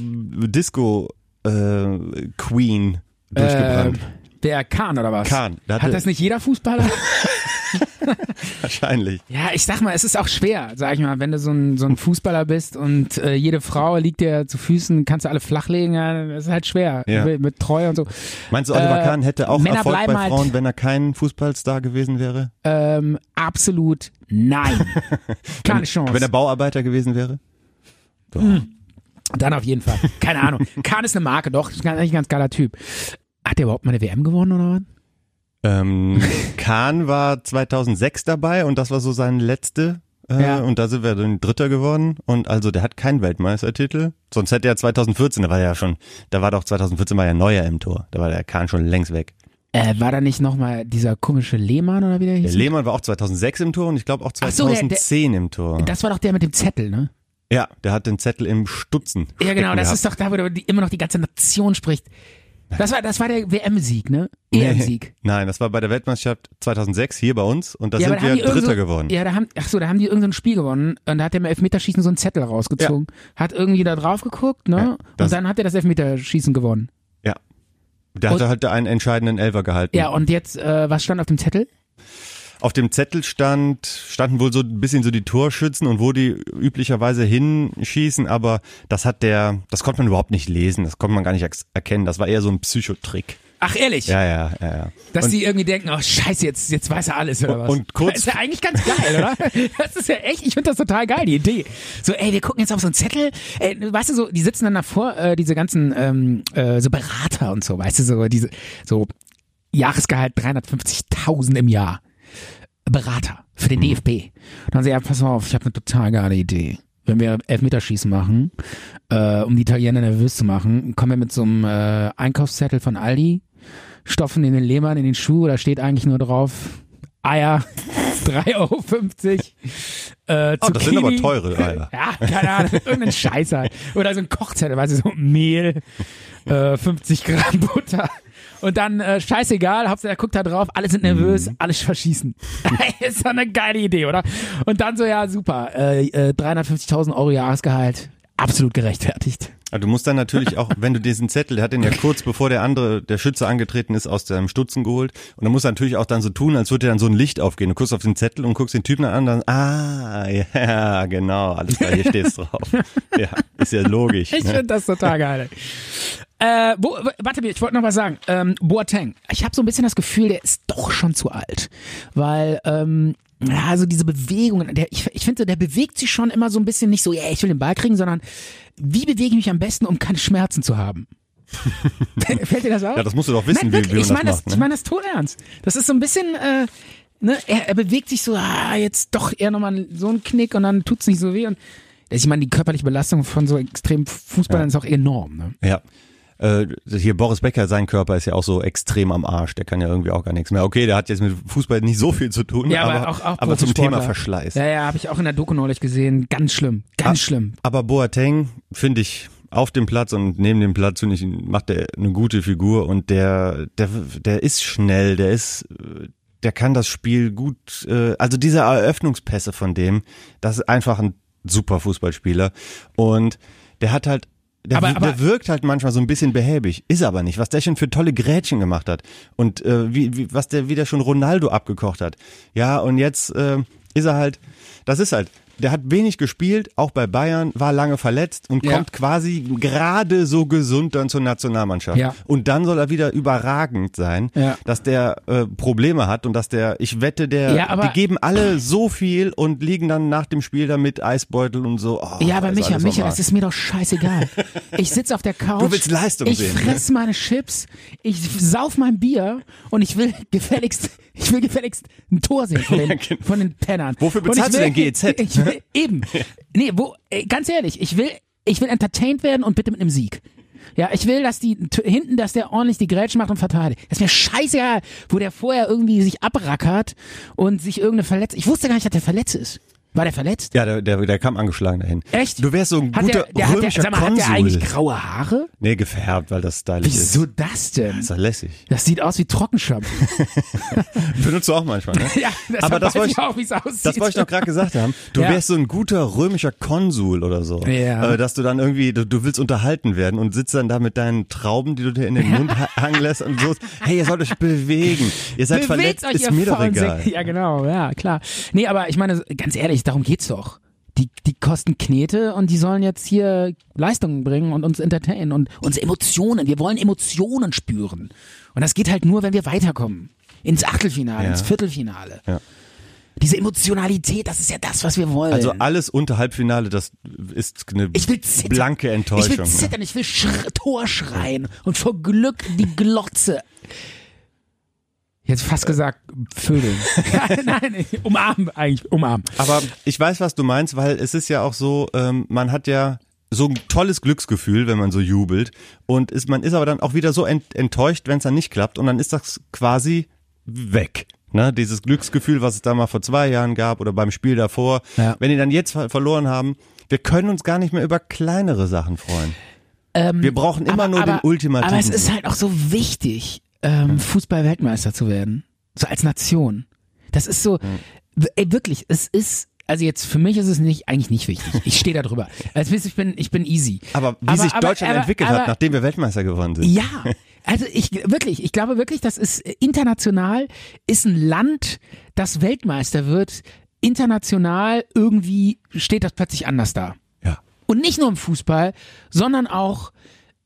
[SPEAKER 4] Disco-Queen durchgebrannt.
[SPEAKER 3] Ähm, der Kahn oder was?
[SPEAKER 4] Kahn, der hatte-
[SPEAKER 3] Hat das nicht jeder Fußballer?
[SPEAKER 4] Wahrscheinlich.
[SPEAKER 3] Ja, ich sag mal, es ist auch schwer, sag ich mal, wenn du so ein, so ein Fußballer bist und äh, jede Frau liegt dir zu Füßen, kannst du alle flachlegen, ja, das ist halt schwer.
[SPEAKER 4] Ja.
[SPEAKER 3] Mit, mit Treue und so.
[SPEAKER 4] Meinst du, Oliver
[SPEAKER 3] Äh,
[SPEAKER 4] Kahn hätte auch
[SPEAKER 3] Männer
[SPEAKER 4] Erfolg
[SPEAKER 3] bleiben
[SPEAKER 4] bei
[SPEAKER 3] halt-
[SPEAKER 4] Frauen, wenn er kein Fußballstar gewesen wäre?
[SPEAKER 3] Ähm, absolut nein. Keine Chance.
[SPEAKER 4] Wenn er Bauarbeiter gewesen wäre?
[SPEAKER 3] Dann auf jeden Fall. Keine Ahnung. Kahn ist eine Marke, doch, ist eigentlich ein ganz geiler Typ. Hat der überhaupt mal eine WM gewonnen oder was?
[SPEAKER 4] Ähm, Kahn war 2006 dabei und das war so seine letzte. Äh,
[SPEAKER 3] Ja.
[SPEAKER 4] Und da sind wir dann Dritter geworden. Und also der hat keinen Weltmeistertitel. Sonst hätte er 2014, da war er ja schon, da war doch 2014 war ja Neuer im Tor. Da war der Kahn schon längst weg.
[SPEAKER 3] Äh, war da nicht nochmal dieser komische Lehmann oder wie der
[SPEAKER 4] Der
[SPEAKER 3] hieß?
[SPEAKER 4] Lehmann war auch 2006 im Tor und ich glaube auch
[SPEAKER 3] Mhm. Ach so, der-
[SPEAKER 4] 2010 im Tor.
[SPEAKER 3] das war doch der mit dem Zettel, ne?
[SPEAKER 4] ja, der hat den Zettel im Stutzen.
[SPEAKER 3] Ja, genau,
[SPEAKER 4] stecken
[SPEAKER 3] das
[SPEAKER 4] gehabt.
[SPEAKER 3] ist doch da, wo die, immer noch die ganze Nation spricht. Das war, das war der WM-Sieg, ne? EM-Sieg.
[SPEAKER 4] Nein, das war bei der Weltmeisterschaft 2006 hier bei uns und da
[SPEAKER 3] Ja, aber da
[SPEAKER 4] sind
[SPEAKER 3] haben
[SPEAKER 4] wir
[SPEAKER 3] die irgend so,
[SPEAKER 4] Dritter geworden.
[SPEAKER 3] Ja, da haben, ach so, da haben die irgendein Spiel gewonnen und da hat der im Elfmeterschießen so einen Zettel rausgezogen. Hat irgendwie da drauf geguckt,
[SPEAKER 4] Ja,
[SPEAKER 3] ne?
[SPEAKER 4] das-
[SPEAKER 3] und dann hat er das Elfmeterschießen gewonnen.
[SPEAKER 4] Ja. Der hatte halt einen entscheidenden Elfer gehalten.
[SPEAKER 3] Ja, und jetzt, äh, was stand auf dem Zettel?
[SPEAKER 4] Auf dem Zettel stand, standen wohl so ein bisschen so die Torschützen und wo die üblicherweise hinschießen, aber das hat der, das konnte man überhaupt nicht lesen, das konnte man gar nicht ex- erkennen. Das war eher so ein Psychotrick.
[SPEAKER 3] Ach, ehrlich?
[SPEAKER 4] Ja, ja, ja, ja.
[SPEAKER 3] Dass
[SPEAKER 4] und,
[SPEAKER 3] die irgendwie denken, oh scheiße, jetzt, jetzt weiß er alles oder was.
[SPEAKER 4] und kurz-
[SPEAKER 3] ist ja eigentlich ganz geil, oder? Das ist ja echt, ich finde das total geil, die Idee. So, ey, wir gucken jetzt auf so einen Zettel. Ey, weißt du, so, die sitzen dann davor, äh, diese ganzen ähm, äh, so Berater und so, weißt du, so diese, so Jahresgehalt 350.000 im Jahr. Berater für den
[SPEAKER 4] Mhm.
[SPEAKER 3] DFB. Und dann sagen sie, ja, pass mal auf, ich habe eine total geile Idee. Wenn wir Elfmeterschießen machen, äh, um die Italiener nervös zu machen, kommen wir mit so einem äh, Einkaufszettel von Aldi, stopfen in den Lehmann, in den Schuh, da steht eigentlich nur drauf Eier, 3,50 Euro. Äh,
[SPEAKER 4] oh, das sind aber
[SPEAKER 3] Zucchini.
[SPEAKER 4] teure Eier.
[SPEAKER 3] Ja, keine Ahnung, irgendein Scheiß halt. Oder so ein Kochzettel, weißt du, so Mehl, äh, 50 Gramm Butter. Und dann, äh, scheißegal, Hauptsache er guckt da drauf, alle sind nervös,
[SPEAKER 4] Mhm.
[SPEAKER 3] alles verschießen. ist doch eine geile Idee, oder? Und dann so, ja, super, äh, äh, 350.000 Euro Jahresgehalt, absolut gerechtfertigt.
[SPEAKER 4] Du musst dann natürlich auch, wenn du diesen Zettel, der hat den ja kurz bevor der andere, der Schütze angetreten ist, aus seinem Stutzen geholt. Und dann musst du natürlich auch dann so tun, als würde dir dann so ein Licht aufgehen. Du guckst auf den Zettel und guckst den Typen dann an, dann, ah, ja, genau, alles klar, hier steht's drauf. Ja, ist ja logisch.
[SPEAKER 3] Ich
[SPEAKER 4] Ne?
[SPEAKER 3] finde das total geil. Äh, wo, w- warte, ich wollte noch was sagen. Ähm, Boateng, ich habe so ein bisschen das Gefühl, der ist doch schon zu alt, weil ähm, ja, also diese Bewegungen, der, ich, ich finde, der bewegt sich schon immer so ein bisschen nicht so, yeah, ich will den Ball kriegen, sondern wie bewege ich mich am besten, um keine Schmerzen zu haben? Äh, Fällt dir das auf?
[SPEAKER 4] Ja, das musst du doch wissen,
[SPEAKER 3] Nein,
[SPEAKER 4] wie- wie
[SPEAKER 3] wirklich,
[SPEAKER 4] man
[SPEAKER 3] ich
[SPEAKER 4] das
[SPEAKER 3] meine das,
[SPEAKER 4] macht, ne?
[SPEAKER 3] ich meine das tot ernst. Das ist so ein bisschen, äh, ne, er, er bewegt sich so, ah, jetzt doch eher nochmal so ein Knick und dann tut's nicht so weh und ich meine, die körperliche Belastung von so extremen Fußballern ist auch enorm. Ne?
[SPEAKER 4] Ja. Äh, hier Boris Becker, sein Körper ist ja auch so extrem am Arsch, der kann ja irgendwie auch gar nichts mehr. Okay, der hat jetzt mit Fußball nicht so viel zu tun,
[SPEAKER 3] Ja, aber,
[SPEAKER 4] aber,
[SPEAKER 3] auch, auch
[SPEAKER 4] aber zum
[SPEAKER 3] Profisportler.
[SPEAKER 4] Thema Verschleiß.
[SPEAKER 3] Ja, ja, habe ich auch in der Doku neulich gesehen. Ganz schlimm, ganz
[SPEAKER 4] Ah.
[SPEAKER 3] schlimm.
[SPEAKER 4] Aber Boateng finde ich auf dem Platz und neben dem Platz finde ich macht er eine gute Figur und der der der ist schnell, der ist äh, der kann das Spiel gut äh, also diese Eröffnungspässe von dem, das ist einfach ein super Fußballspieler und der hat halt der,
[SPEAKER 3] Aber-
[SPEAKER 4] wir-
[SPEAKER 3] aber-
[SPEAKER 4] der wirkt halt manchmal so ein bisschen behäbig, ist aber nicht. Was der schon für tolle Grätschen gemacht hat und äh, wie, wie, was der wieder schon Ronaldo abgekocht hat. Ja, und jetzt äh, ist er halt, das ist halt, Der hat wenig gespielt, auch bei Bayern, war lange verletzt und
[SPEAKER 3] Ja.
[SPEAKER 4] kommt quasi gerade so gesund dann zur Nationalmannschaft.
[SPEAKER 3] Ja.
[SPEAKER 4] Und dann soll er wieder überragend sein,
[SPEAKER 3] Ja.
[SPEAKER 4] dass der äh, Probleme hat und dass der, ich wette, der,
[SPEAKER 3] Ja, aber-
[SPEAKER 4] die geben alle so viel und liegen dann nach dem Spiel dann mit Eisbeutel und so. Oh,
[SPEAKER 3] Ja, aber
[SPEAKER 4] ist
[SPEAKER 3] Micha,
[SPEAKER 4] alles
[SPEAKER 3] Micha,
[SPEAKER 4] normal.
[SPEAKER 3] das ist mir doch scheißegal. Ich sitz auf der Couch.
[SPEAKER 4] Du willst Leistung
[SPEAKER 3] ich
[SPEAKER 4] sehen, ne?
[SPEAKER 3] Ich fress meine Chips, ich sauf mein Bier und ich will gefälligst, ich will gefälligst ein Tor sehen von den, von den Pennern.
[SPEAKER 4] genau. Wofür
[SPEAKER 3] Und ich
[SPEAKER 4] bezahlst du
[SPEAKER 3] will-
[SPEAKER 4] denn E GEZ?
[SPEAKER 3] Ich will, eben. Nee, wo, äh, ganz ehrlich, ich will, ich will entertained werden und bitte mit einem Sieg. Ja, ich will, dass die t- hinten, dass der ordentlich die Grätschen macht und verteidigt. Das ist mir scheißegal, wo der vorher irgendwie sich abrackert und sich irgendeine verletzt. Ich wusste gar nicht, dass der verletzt ist. War der verletzt?
[SPEAKER 4] Ja, der, der, der kam angeschlagen dahin.
[SPEAKER 3] Echt?
[SPEAKER 4] Du wärst so ein
[SPEAKER 3] hat
[SPEAKER 4] guter
[SPEAKER 3] der, der, hat der,
[SPEAKER 4] römischer
[SPEAKER 3] sag mal,
[SPEAKER 4] Konsul.
[SPEAKER 3] Hat der eigentlich graue Haare?
[SPEAKER 4] nee, gefärbt, weil das stylisch ist.
[SPEAKER 3] Wieso das denn?
[SPEAKER 4] Ist ja lässig.
[SPEAKER 3] Das sieht aus wie Trockenschampel.
[SPEAKER 4] Benutzt du auch manchmal, ne?
[SPEAKER 3] ja, das
[SPEAKER 4] Aber das
[SPEAKER 3] weiß
[SPEAKER 4] wollte
[SPEAKER 3] ich
[SPEAKER 4] ich-
[SPEAKER 3] auch, wie es aussieht.
[SPEAKER 4] Das wollte ich noch gerade gesagt haben. Du
[SPEAKER 3] Ja.
[SPEAKER 4] wärst so ein guter römischer Konsul oder so.
[SPEAKER 3] Ja.
[SPEAKER 4] Äh, dass du dann irgendwie, du, du willst unterhalten werden und sitzt dann da mit deinen Trauben, die du dir in den Mund ha- hangen lässt und so. Hey, ihr sollt euch bewegen. Ihr seid
[SPEAKER 3] Bewegt
[SPEAKER 4] verletzt,
[SPEAKER 3] euch,
[SPEAKER 4] ist
[SPEAKER 3] ihr
[SPEAKER 4] mir doch
[SPEAKER 3] faulen
[SPEAKER 4] egal.
[SPEAKER 3] Säcke. Ja, genau, ja, klar. Nee, aber ich meine, ganz ehrlich, darum geht's doch. Die, die kosten Knete und die sollen jetzt hier Leistungen bringen und uns entertainen und unsere Emotionen. Wir wollen Emotionen spüren. Und das geht halt nur, wenn wir weiterkommen. Ins Achtelfinale,
[SPEAKER 4] Ja.
[SPEAKER 3] ins Viertelfinale.
[SPEAKER 4] Ja.
[SPEAKER 3] Diese Emotionalität, das ist ja das, was wir wollen.
[SPEAKER 4] Also alles unter Halbfinale, das ist eine
[SPEAKER 3] Ich will zittern.
[SPEAKER 4] blanke Enttäuschung. ne?
[SPEAKER 3] Ich will zittern, ich will schr Tor schreien und vor Glück die Glotze. Jetzt fast gesagt, Vögeln. Nein, umarmen eigentlich, umarmen.
[SPEAKER 4] Aber ich weiß, was du meinst, weil es ist ja auch so, ähm, man hat ja so ein tolles Glücksgefühl, wenn man so jubelt. Und ist, man ist aber dann auch wieder so ent, enttäuscht, wenn es dann nicht klappt. Und dann ist das quasi weg. Ne? Dieses Glücksgefühl, was es da mal vor zwei Jahren gab oder beim Spiel davor.
[SPEAKER 3] Ja.
[SPEAKER 4] Wenn die dann jetzt ver- verloren haben, wir können uns gar nicht mehr über kleinere Sachen freuen. wir brauchen immer nur den ultimativen.
[SPEAKER 3] Ähm, Aber es ist halt auch so wichtig, ähm, Fußball-Weltmeister zu werden. So als Nation. Das ist so, w- ey, wirklich, es ist, also jetzt für mich ist es nicht, eigentlich nicht wichtig. Ich stehe da drüber. Also wisst ihr, ich bin, ich bin easy.
[SPEAKER 4] aber wie sich
[SPEAKER 3] halt aber-
[SPEAKER 4] Deutschland
[SPEAKER 3] aber-
[SPEAKER 4] entwickelt
[SPEAKER 3] aber-
[SPEAKER 4] hat, nachdem wir Weltmeister geworden sind.
[SPEAKER 3] Ja, also ich wirklich, ich glaube wirklich, das ist äh, international ist ein Land, das Weltmeister wird, international irgendwie steht das plötzlich anders da.
[SPEAKER 4] Ja.
[SPEAKER 3] Und nicht nur im Fußball, sondern auch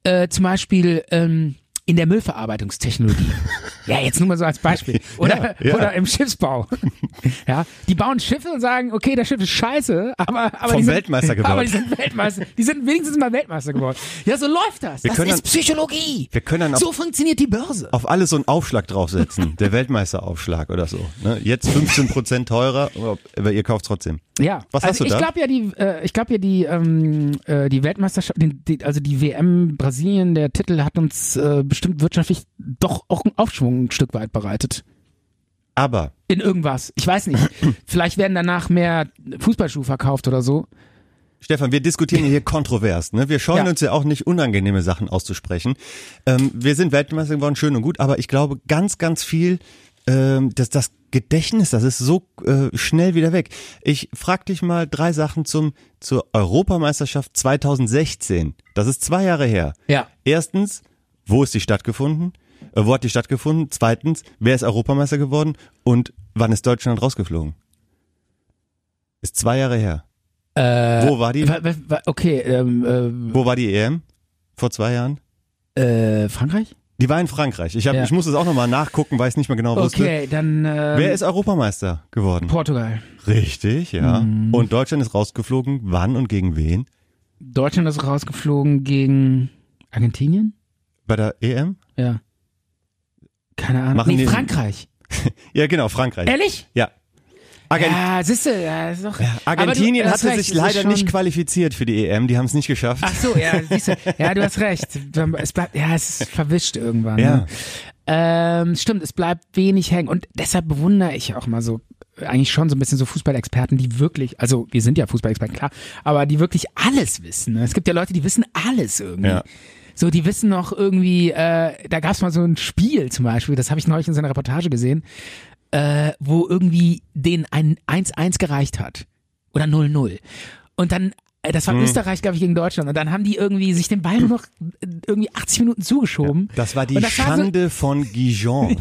[SPEAKER 3] äh, zum Beispiel ähm, in der Müllverarbeitungstechnologie. ja, jetzt nur mal so als Beispiel. Oder,
[SPEAKER 4] Ja, ja.
[SPEAKER 3] oder im Schiffsbau. ja, die bauen Schiffe und sagen, okay, das Schiff ist scheiße, aber, aber
[SPEAKER 4] Vom
[SPEAKER 3] die sind,
[SPEAKER 4] Weltmeister
[SPEAKER 3] Aber
[SPEAKER 4] gebaut.
[SPEAKER 3] die sind Weltmeister. Die sind wenigstens mal Weltmeister geworden. Ja, so läuft das.
[SPEAKER 4] Wir
[SPEAKER 3] das
[SPEAKER 4] können
[SPEAKER 3] ist
[SPEAKER 4] dann-
[SPEAKER 3] Psychologie.
[SPEAKER 4] Wir können dann auch-
[SPEAKER 3] so funktioniert die Börse.
[SPEAKER 4] auf alles so einen Aufschlag draufsetzen, der Weltmeisteraufschlag oder so. Ne? Jetzt 15% teurer, aber ihr kauft trotzdem.
[SPEAKER 3] Ja.
[SPEAKER 4] Was
[SPEAKER 3] also
[SPEAKER 4] hast du
[SPEAKER 3] ich
[SPEAKER 4] da?
[SPEAKER 3] glaube ja die, äh, ich glaube ja die, ähm, äh, die Weltmeisterschaft, den, die, also die WM Brasilien, der Titel hat uns äh, bestimmt wirtschaftlich doch auch einen Aufschwung ein Stück weit bereitet.
[SPEAKER 4] Aber
[SPEAKER 3] In irgendwas. Ich weiß nicht. Vielleicht werden danach mehr Fußballschuhe verkauft oder so.
[SPEAKER 4] Stefan, wir diskutieren hier kontrovers. Ne? Wir scheuen
[SPEAKER 3] Ja.
[SPEAKER 4] uns ja auch nicht, unangenehme Sachen auszusprechen. Ähm, wir sind Weltmeister geworden, schön und gut, aber ich glaube ganz, ganz viel, ähm, dass das Gedächtnis, das ist so äh, schnell wieder weg. Ich frag dich mal drei Sachen zum zur Europameisterschaft 2016. Das ist zwei Jahre her.
[SPEAKER 3] Ja.
[SPEAKER 4] Erstens, wo ist die stattgefunden? Äh, wo hat die stattgefunden? Zweitens, wer ist Europameister geworden? Und wann ist Deutschland rausgeflogen? Ist zwei Jahre her. wo war die?
[SPEAKER 3] Äh, Wa- wa- wa- Okay, ähm,
[SPEAKER 4] Wo war die EM? Vor zwei Jahren?
[SPEAKER 3] äh, äh, Frankreich?
[SPEAKER 4] Die war in Frankreich. Ich, hab,
[SPEAKER 3] Ja.
[SPEAKER 4] ich muss es auch nochmal nachgucken, weil ich es nicht mehr genau wusste.
[SPEAKER 3] Okay, dann äh,
[SPEAKER 4] Wer ist Europameister geworden?
[SPEAKER 3] Portugal.
[SPEAKER 4] Richtig, ja.
[SPEAKER 3] Mhm.
[SPEAKER 4] Und Deutschland ist rausgeflogen. Wann und gegen wen?
[SPEAKER 3] Deutschland ist rausgeflogen gegen Argentinien?
[SPEAKER 4] Bei der E EM?
[SPEAKER 3] Ja. Keine Ahnung.
[SPEAKER 4] Machen
[SPEAKER 3] nee,
[SPEAKER 4] die-
[SPEAKER 3] Frankreich.
[SPEAKER 4] Ja, genau, Frankreich.
[SPEAKER 3] Ehrlich?
[SPEAKER 4] Ja. Argen
[SPEAKER 3] Ja, siehst du, ja, ist doch.
[SPEAKER 4] Argentinien
[SPEAKER 3] aber du, hast
[SPEAKER 4] hatte
[SPEAKER 3] recht,
[SPEAKER 4] sich
[SPEAKER 3] es ist
[SPEAKER 4] leider
[SPEAKER 3] schon-
[SPEAKER 4] nicht qualifiziert für die EM. Die haben es nicht geschafft.
[SPEAKER 3] Ach so, ja, siehst du, ja, du hast recht. Es bleibt, ja, es ist verwischt irgendwann. Ne?
[SPEAKER 4] ja.
[SPEAKER 3] Ähm, stimmt, es bleibt wenig hängen. Und deshalb bewundere ich auch mal so, äh, eigentlich schon so ein bisschen so Fußballexperten, die wirklich, also wir sind ja Fußballexperten, klar, aber die wirklich alles wissen. ne? Es gibt ja Leute, die wissen alles irgendwie.
[SPEAKER 4] Ja.
[SPEAKER 3] So, die wissen noch irgendwie, äh, da gab es mal so ein Spiel zum Beispiel, das habe ich neulich in seiner Reportage gesehen, äh, wo irgendwie denen ein 1-1 gereicht hat. Oder 0-0. Und dann, äh, das
[SPEAKER 4] Hm.
[SPEAKER 3] war Österreich, glaube ich, gegen Deutschland. Und dann haben die irgendwie sich den Ball nur noch äh, irgendwie 80 Minuten zugeschoben.
[SPEAKER 4] Das war die
[SPEAKER 3] Und das war so-
[SPEAKER 4] Schande von Gijon.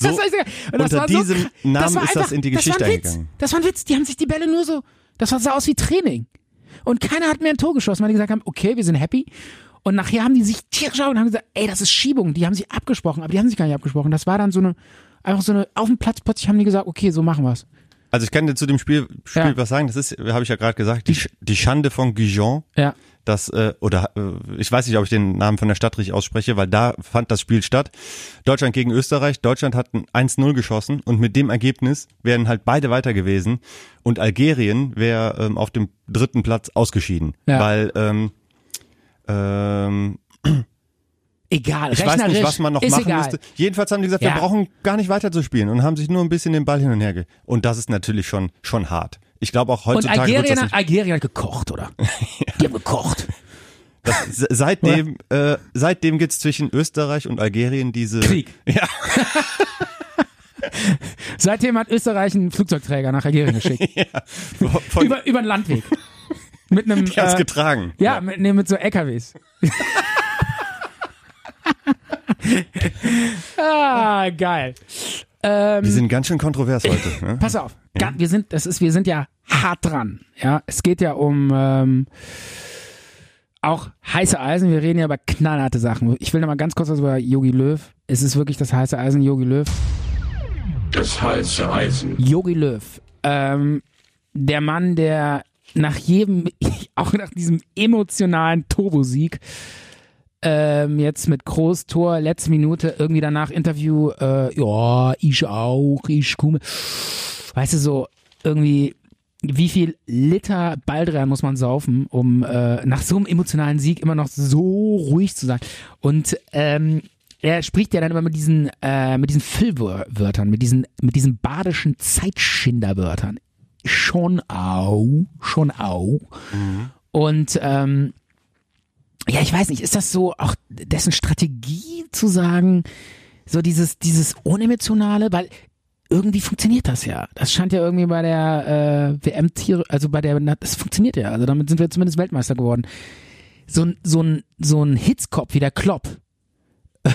[SPEAKER 4] So,
[SPEAKER 3] das war sehr, und das
[SPEAKER 4] unter
[SPEAKER 3] war so,
[SPEAKER 4] diesem
[SPEAKER 3] kr-
[SPEAKER 4] Namen
[SPEAKER 3] das war
[SPEAKER 4] ist das
[SPEAKER 3] einfach,
[SPEAKER 4] in die
[SPEAKER 3] das war
[SPEAKER 4] Geschichte
[SPEAKER 3] ein Witz.
[SPEAKER 4] eingegangen.
[SPEAKER 3] Das war ein Witz. Die haben sich die Bälle nur so Das sah aus wie Training. Und keiner hat mehr ein Tor geschossen, weil die gesagt haben, okay, wir sind happy. Und nachher haben die sich tierisch auf und haben gesagt, ey, das ist Schiebung. Die haben sich abgesprochen, aber die haben sich gar nicht abgesprochen. Das war dann so eine, einfach so eine, auf dem Platz plötzlich haben die gesagt, okay, so machen wir's.
[SPEAKER 4] Also ich kann dir zu dem Spiel, Spiel
[SPEAKER 3] Ja.
[SPEAKER 4] was sagen. Das ist, habe ich ja gerade gesagt, die, Sch- die Schande von Gijon.
[SPEAKER 3] Ja.
[SPEAKER 4] Das, äh, oder äh, ich weiß nicht, ob ich den Namen von der Stadt richtig ausspreche, weil da fand das Spiel statt. Deutschland gegen Österreich. Deutschland hat ein 1-0 geschossen und mit dem Ergebnis wären halt beide weiter gewesen und Algerien wäre ähm, auf dem dritten Platz ausgeschieden.
[SPEAKER 3] Ja.
[SPEAKER 4] Weil ähm, ähm,
[SPEAKER 3] Egal,
[SPEAKER 4] ich weiß nicht,
[SPEAKER 3] rechnerisch
[SPEAKER 4] was man noch
[SPEAKER 3] ist
[SPEAKER 4] machen
[SPEAKER 3] egal.
[SPEAKER 4] müsste. Jedenfalls haben die gesagt,
[SPEAKER 3] Ja.
[SPEAKER 4] wir brauchen gar nicht weiter zu spielen und haben sich nur ein bisschen den Ball hin und her ge Und das ist natürlich schon, schon hart. Ich glaube auch
[SPEAKER 3] Und
[SPEAKER 4] heutzutage wird das
[SPEAKER 3] Algerien,
[SPEAKER 4] nicht.
[SPEAKER 3] Algerien hat gekocht, oder? Die haben gekocht.
[SPEAKER 4] Das, se- seitdem äh, seitdem gibt's zwischen Österreich und Algerien diese
[SPEAKER 3] Krieg.
[SPEAKER 4] Ja,
[SPEAKER 3] Seitdem hat Österreich einen Flugzeugträger nach Algerien geschickt.
[SPEAKER 4] von
[SPEAKER 3] über, über den Landweg. Mit einem,
[SPEAKER 4] die haben's
[SPEAKER 3] äh,
[SPEAKER 4] getragen.
[SPEAKER 3] ja, mit, nee, mit so LKWs. ah, geil. Ähm,
[SPEAKER 4] Wir sind ganz schön kontrovers heute. Ne?
[SPEAKER 3] Pass auf, ga- wir sind, das ist, wir sind ja hart dran. Ja, es geht ja um ähm, auch heiße Eisen. Wir reden ja über knallharte Sachen. Ich will noch mal ganz kurz was über Yogi Löw. Es ist wirklich das heiße Eisen, Yogi Löw.
[SPEAKER 2] Das heiße Eisen.
[SPEAKER 3] Yogi Löw, ähm, der Mann, der nach jedem, auch nach diesem emotionalen Turbo-Sieg, ähm, jetzt mit Großtor, letzte Minute, irgendwie danach Interview, äh, ja, ich auch, ich komme. Weißt du, so irgendwie, wie viel Liter Baldrian muss man saufen, um äh, nach so einem emotionalen Sieg immer noch so ruhig zu sein? Und ähm, er spricht ja dann immer mit diesen, äh, mit diesen Füllwörtern, mit diesen, mit diesen badischen Zeitschinderwörtern. Schon au, schon au. Und ähm, ja, ich weiß nicht, ist das so auch dessen Strategie zu sagen, so dieses, dieses unemotionale, weil irgendwie funktioniert das ja. Das scheint ja irgendwie bei der äh, WM Tiere, also bei der, na, das funktioniert ja. Also damit sind wir zumindest Weltmeister geworden. So ein, so ein, so ein Hitzkopf wie der Klopp.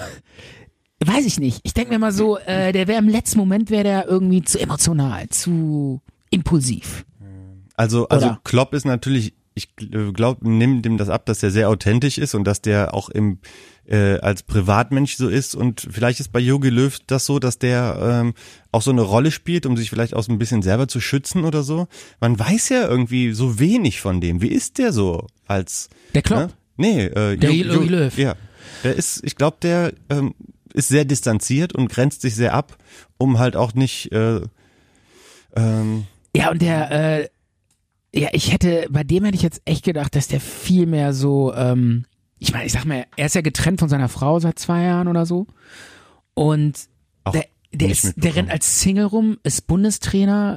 [SPEAKER 3] Weiß ich nicht. Ich denke mir mal so, äh, der wäre im letzten Moment wäre der irgendwie zu emotional, zu impulsiv.
[SPEAKER 4] Also, also
[SPEAKER 3] Oder?
[SPEAKER 4] Klopp ist natürlich, ich glaube, nimmt dem das ab, dass der sehr authentisch ist und dass der auch im äh, als Privatmensch so ist und vielleicht ist bei Yogi Löw das so, dass der ähm, auch so eine Rolle spielt, um sich vielleicht auch so ein bisschen selber zu schützen oder so. Man weiß ja irgendwie so wenig von dem. Wie ist der so als ne?
[SPEAKER 3] Der Klopp?
[SPEAKER 4] Nee, äh,
[SPEAKER 3] Der
[SPEAKER 4] Jo-
[SPEAKER 3] Yogi
[SPEAKER 4] Jo-
[SPEAKER 3] Löw.
[SPEAKER 4] Ja, der ist, ich glaube, der ähm, ist sehr distanziert und grenzt sich sehr ab, um halt auch nicht äh, ähm,
[SPEAKER 3] Ja, und der, äh, ja, ich hätte, bei dem hätte ich jetzt echt gedacht, dass der viel mehr so, ähm, ich meine, ich sag mal, er ist ja getrennt von seiner Frau seit zwei Jahren oder so. Und
[SPEAKER 4] auch
[SPEAKER 3] der, der, ist,
[SPEAKER 4] nicht
[SPEAKER 3] der rennt
[SPEAKER 4] mitbekommen.
[SPEAKER 3] als Single rum, ist Bundestrainer.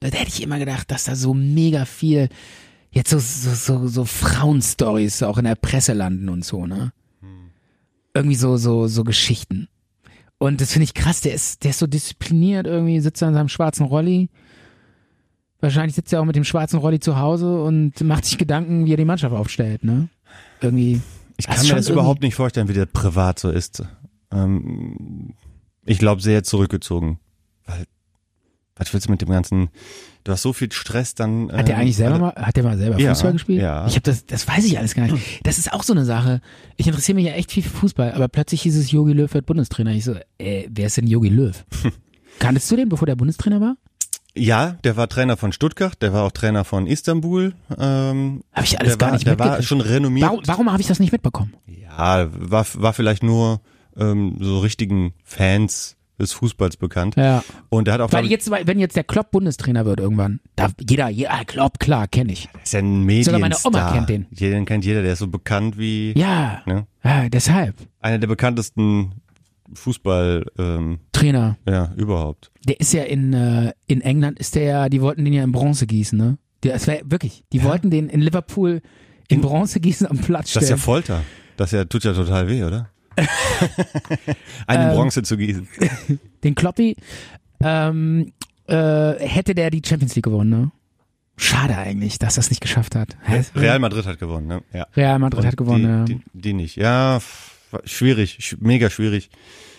[SPEAKER 3] Äh, da hätte ich immer gedacht, dass da so mega viel jetzt so, so, so, so Frauenstories auch in der Presse landen und so, ne?
[SPEAKER 4] Hm.
[SPEAKER 3] Irgendwie so, so, so Geschichten. Und das finde ich krass, der ist, der ist so diszipliniert irgendwie, sitzt da in seinem schwarzen Rolli. Wahrscheinlich sitzt er auch mit dem schwarzen Rolli zu Hause und macht sich Gedanken, wie er die Mannschaft aufstellt, ne? Irgendwie.
[SPEAKER 4] Ich
[SPEAKER 3] Das
[SPEAKER 4] kann
[SPEAKER 3] ist
[SPEAKER 4] mir
[SPEAKER 3] schon
[SPEAKER 4] das überhaupt nicht vorstellen, wie der privat so ist. Ähm, ich glaube, sehr zurückgezogen. Weil, was willst du mit dem ganzen, du hast so viel Stress, dann...
[SPEAKER 3] Hat der
[SPEAKER 4] ähm,
[SPEAKER 3] eigentlich selber
[SPEAKER 4] alle-
[SPEAKER 3] mal, hat der mal selber
[SPEAKER 4] Ja,
[SPEAKER 3] Fußball gespielt?
[SPEAKER 4] ja.
[SPEAKER 3] Ich habe das, das weiß ich alles gar nicht. Das ist auch so eine Sache. Ich interessiere mich ja echt viel für Fußball, aber plötzlich hieß es Jogi Löw wird Bundestrainer. Ich so, äh, wer ist denn Jogi Löw? Kanntest du den, bevor der Bundestrainer war?
[SPEAKER 4] Ja, der war Trainer von Stuttgart, der war auch Trainer von Istanbul. Ähm,
[SPEAKER 3] Hab ich alles
[SPEAKER 4] der
[SPEAKER 3] gar
[SPEAKER 4] war,
[SPEAKER 3] nicht
[SPEAKER 4] Der war
[SPEAKER 3] mitgekriegt.
[SPEAKER 4] schon renommiert.
[SPEAKER 3] Warum, warum habe ich das nicht mitbekommen?
[SPEAKER 4] Ja, war, war vielleicht nur ähm, so richtigen Fans des Fußballs bekannt.
[SPEAKER 3] Ja.
[SPEAKER 4] Und der hat auch, glaub
[SPEAKER 3] Weil
[SPEAKER 4] ich,
[SPEAKER 3] jetzt, weil- wenn jetzt der Klopp Bundestrainer wird irgendwann, da jeder, jeder Klopp, klar, kenne ich.
[SPEAKER 4] ist ja ein Medienstar.
[SPEAKER 3] Sogar meine Oma kennt den.
[SPEAKER 4] Jeden kennt jeder, der ist so bekannt wie
[SPEAKER 3] Ja,
[SPEAKER 4] Ne?
[SPEAKER 3] ja deshalb.
[SPEAKER 4] einer der bekanntesten Fußball, ähm,
[SPEAKER 3] Trainer,
[SPEAKER 4] ja, überhaupt.
[SPEAKER 3] der ist ja in, äh, in England, ist der ja, die wollten den ja in Bronze gießen, ne? Der, das war ja- wirklich, die wollten den in Liverpool in Bronze gießen am Platz stellen.
[SPEAKER 4] Das ist ja Folter. Das ist ja, tut ja total weh, oder? Einen Bronze zu gießen.
[SPEAKER 3] den Kloppi, ähm, äh, hätte der die Champions League gewonnen, ne? Schade eigentlich, dass das nicht geschafft hat. Hä?
[SPEAKER 4] Real Madrid hat gewonnen, ne? Ja.
[SPEAKER 3] Real Madrid hat gewonnen,
[SPEAKER 4] die,
[SPEAKER 3] ja.
[SPEAKER 4] Die, die nicht. Ja, f- schwierig, sch mega schwierig.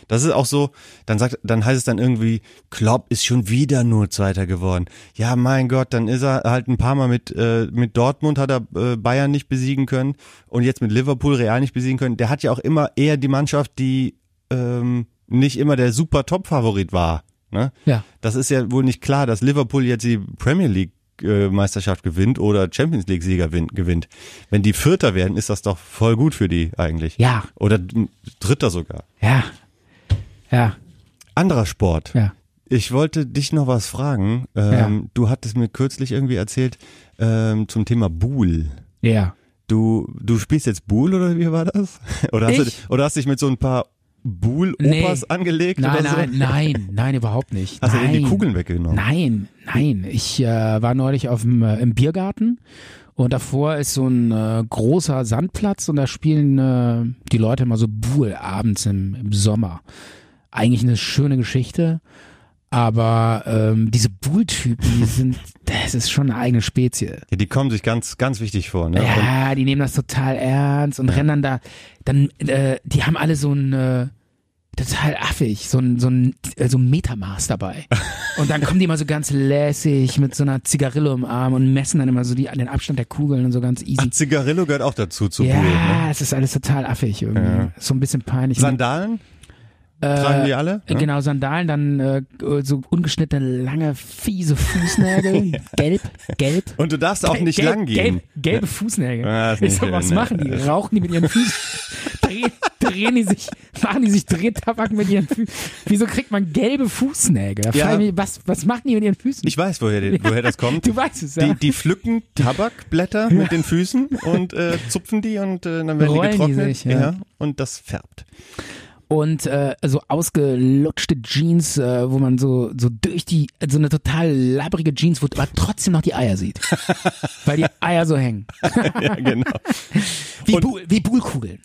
[SPEAKER 4] Das ist auch so, dann sagt, dann heißt es dann irgendwie, Klopp ist schon wieder nur Zweiter geworden. Ja, mein Gott, dann ist er halt ein paar Mal mit, äh, mit Dortmund hat er äh, Bayern nicht besiegen können und jetzt mit Liverpool Real nicht besiegen können. Der hat ja auch immer eher die Mannschaft, die ähm, nicht immer der super Top-Favorit war. Ne?
[SPEAKER 3] Ja.
[SPEAKER 4] Das ist ja wohl nicht klar, dass Liverpool jetzt die Premier League äh, Meisterschaft gewinnt oder Champions League Sieger win- gewinnt. Wenn die Vierter werden, ist das doch voll gut für die eigentlich.
[SPEAKER 3] Ja.
[SPEAKER 4] Oder d- Dritter sogar.
[SPEAKER 3] Ja. Ja.
[SPEAKER 4] Anderer Sport.
[SPEAKER 3] Ja.
[SPEAKER 4] Ich wollte dich noch was fragen. Ähm,
[SPEAKER 3] Ja.
[SPEAKER 4] Du hattest mir kürzlich irgendwie erzählt ähm, zum Thema Buhl.
[SPEAKER 3] Ja.
[SPEAKER 4] Du, du spielst jetzt Buhl oder wie war das? Oder hast,
[SPEAKER 3] Ich?
[SPEAKER 4] du, oder hast dich mit so ein paar Buhl-Opas
[SPEAKER 3] Nee.
[SPEAKER 4] angelegt?
[SPEAKER 3] Nein,
[SPEAKER 4] oder so?
[SPEAKER 3] nein, nein, nein, überhaupt nicht.
[SPEAKER 4] Hast du
[SPEAKER 3] nein.
[SPEAKER 4] denen die Kugeln weggenommen?
[SPEAKER 3] Nein, nein. Ich äh, war neulich auf dem, äh, im Biergarten und davor ist so ein äh, großer Sandplatz und da spielen äh, die Leute immer so Buhl abends im, im Sommer. Eigentlich eine schöne Geschichte, aber ähm, diese Buhl-Typen, die sind, das ist schon eine eigene Spezie.
[SPEAKER 4] Ja, die kommen sich ganz, ganz wichtig vor. Ne? Und
[SPEAKER 3] Ja, die nehmen das total ernst und rennen dann da. Dann, äh, die haben alle so ein äh, total affig, so ein, so ein, äh, so ein Metamaß dabei. Und dann kommen die immer so ganz lässig mit so einer Zigarille im Arm und messen dann immer so die, den Abstand der Kugeln und so ganz easy.
[SPEAKER 4] Ach, Zigarillo gehört auch dazu zu
[SPEAKER 3] ja,
[SPEAKER 4] Buhl. Ne?
[SPEAKER 3] es ist alles total affig irgendwie. So ein bisschen peinlich.
[SPEAKER 4] Sandalen? tragen die alle?
[SPEAKER 3] Äh,
[SPEAKER 4] Ja.
[SPEAKER 3] Genau, Sandalen, dann äh, so ungeschnittene, lange, fiese Fußnägel. Gelb, gelb.
[SPEAKER 4] Und du darfst auch nicht
[SPEAKER 3] Gelb-
[SPEAKER 4] lang gehen.
[SPEAKER 3] Gelb, gelbe Fußnägel.
[SPEAKER 4] Ja,
[SPEAKER 3] ich
[SPEAKER 4] das ist nicht
[SPEAKER 3] sag,
[SPEAKER 4] schön,
[SPEAKER 3] was
[SPEAKER 4] ne?
[SPEAKER 3] machen die? Rauchen die mit ihren Füßen? drehen, drehen die sich, machen die sich Drehtabak mit ihren Füßen? Wieso kriegt man gelbe Fußnägel? Da
[SPEAKER 4] Ja.
[SPEAKER 3] frag ich mich, was, was machen die mit ihren Füßen?
[SPEAKER 4] Ich weiß, woher, die- woher das kommt.
[SPEAKER 3] du weißt es, ja.
[SPEAKER 4] Die, die pflücken Tabakblätter mit den Füßen und äh, zupfen die und äh, dann werden
[SPEAKER 3] Rollen die
[SPEAKER 4] die getrocknet.
[SPEAKER 3] sich, ja.
[SPEAKER 4] und das färbt.
[SPEAKER 3] Und äh, so ausgelutschte Jeans, äh, wo man so, so durch die, so eine total labbrige Jeans, wo man trotzdem noch die Eier sieht. Weil die Eier so hängen.
[SPEAKER 4] Ja, genau.
[SPEAKER 3] Wie, Buhl, wie Buhlkugeln.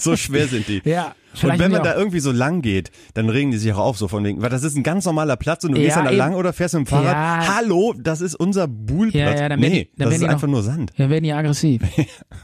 [SPEAKER 4] So schwer sind die.
[SPEAKER 3] Ja,
[SPEAKER 4] Und
[SPEAKER 3] vielleicht
[SPEAKER 4] wenn
[SPEAKER 3] mir
[SPEAKER 4] man da
[SPEAKER 3] auch.
[SPEAKER 4] irgendwie so lang geht, dann regen die sich auch auf, so von wegen, weil das ist ein ganz normaler Platz und du
[SPEAKER 3] Ja,
[SPEAKER 4] gehst dann da
[SPEAKER 3] eben.
[SPEAKER 4] lang oder fährst mit dem Fahrrad.
[SPEAKER 3] Ja.
[SPEAKER 4] Hallo, das ist unser Buhlplatz.
[SPEAKER 3] Ja, ja, dann werden die-
[SPEAKER 4] nee,
[SPEAKER 3] dann
[SPEAKER 4] das
[SPEAKER 3] werden
[SPEAKER 4] ist
[SPEAKER 3] die noch-
[SPEAKER 4] einfach nur Sand.
[SPEAKER 3] Ja, werden die aggressiv.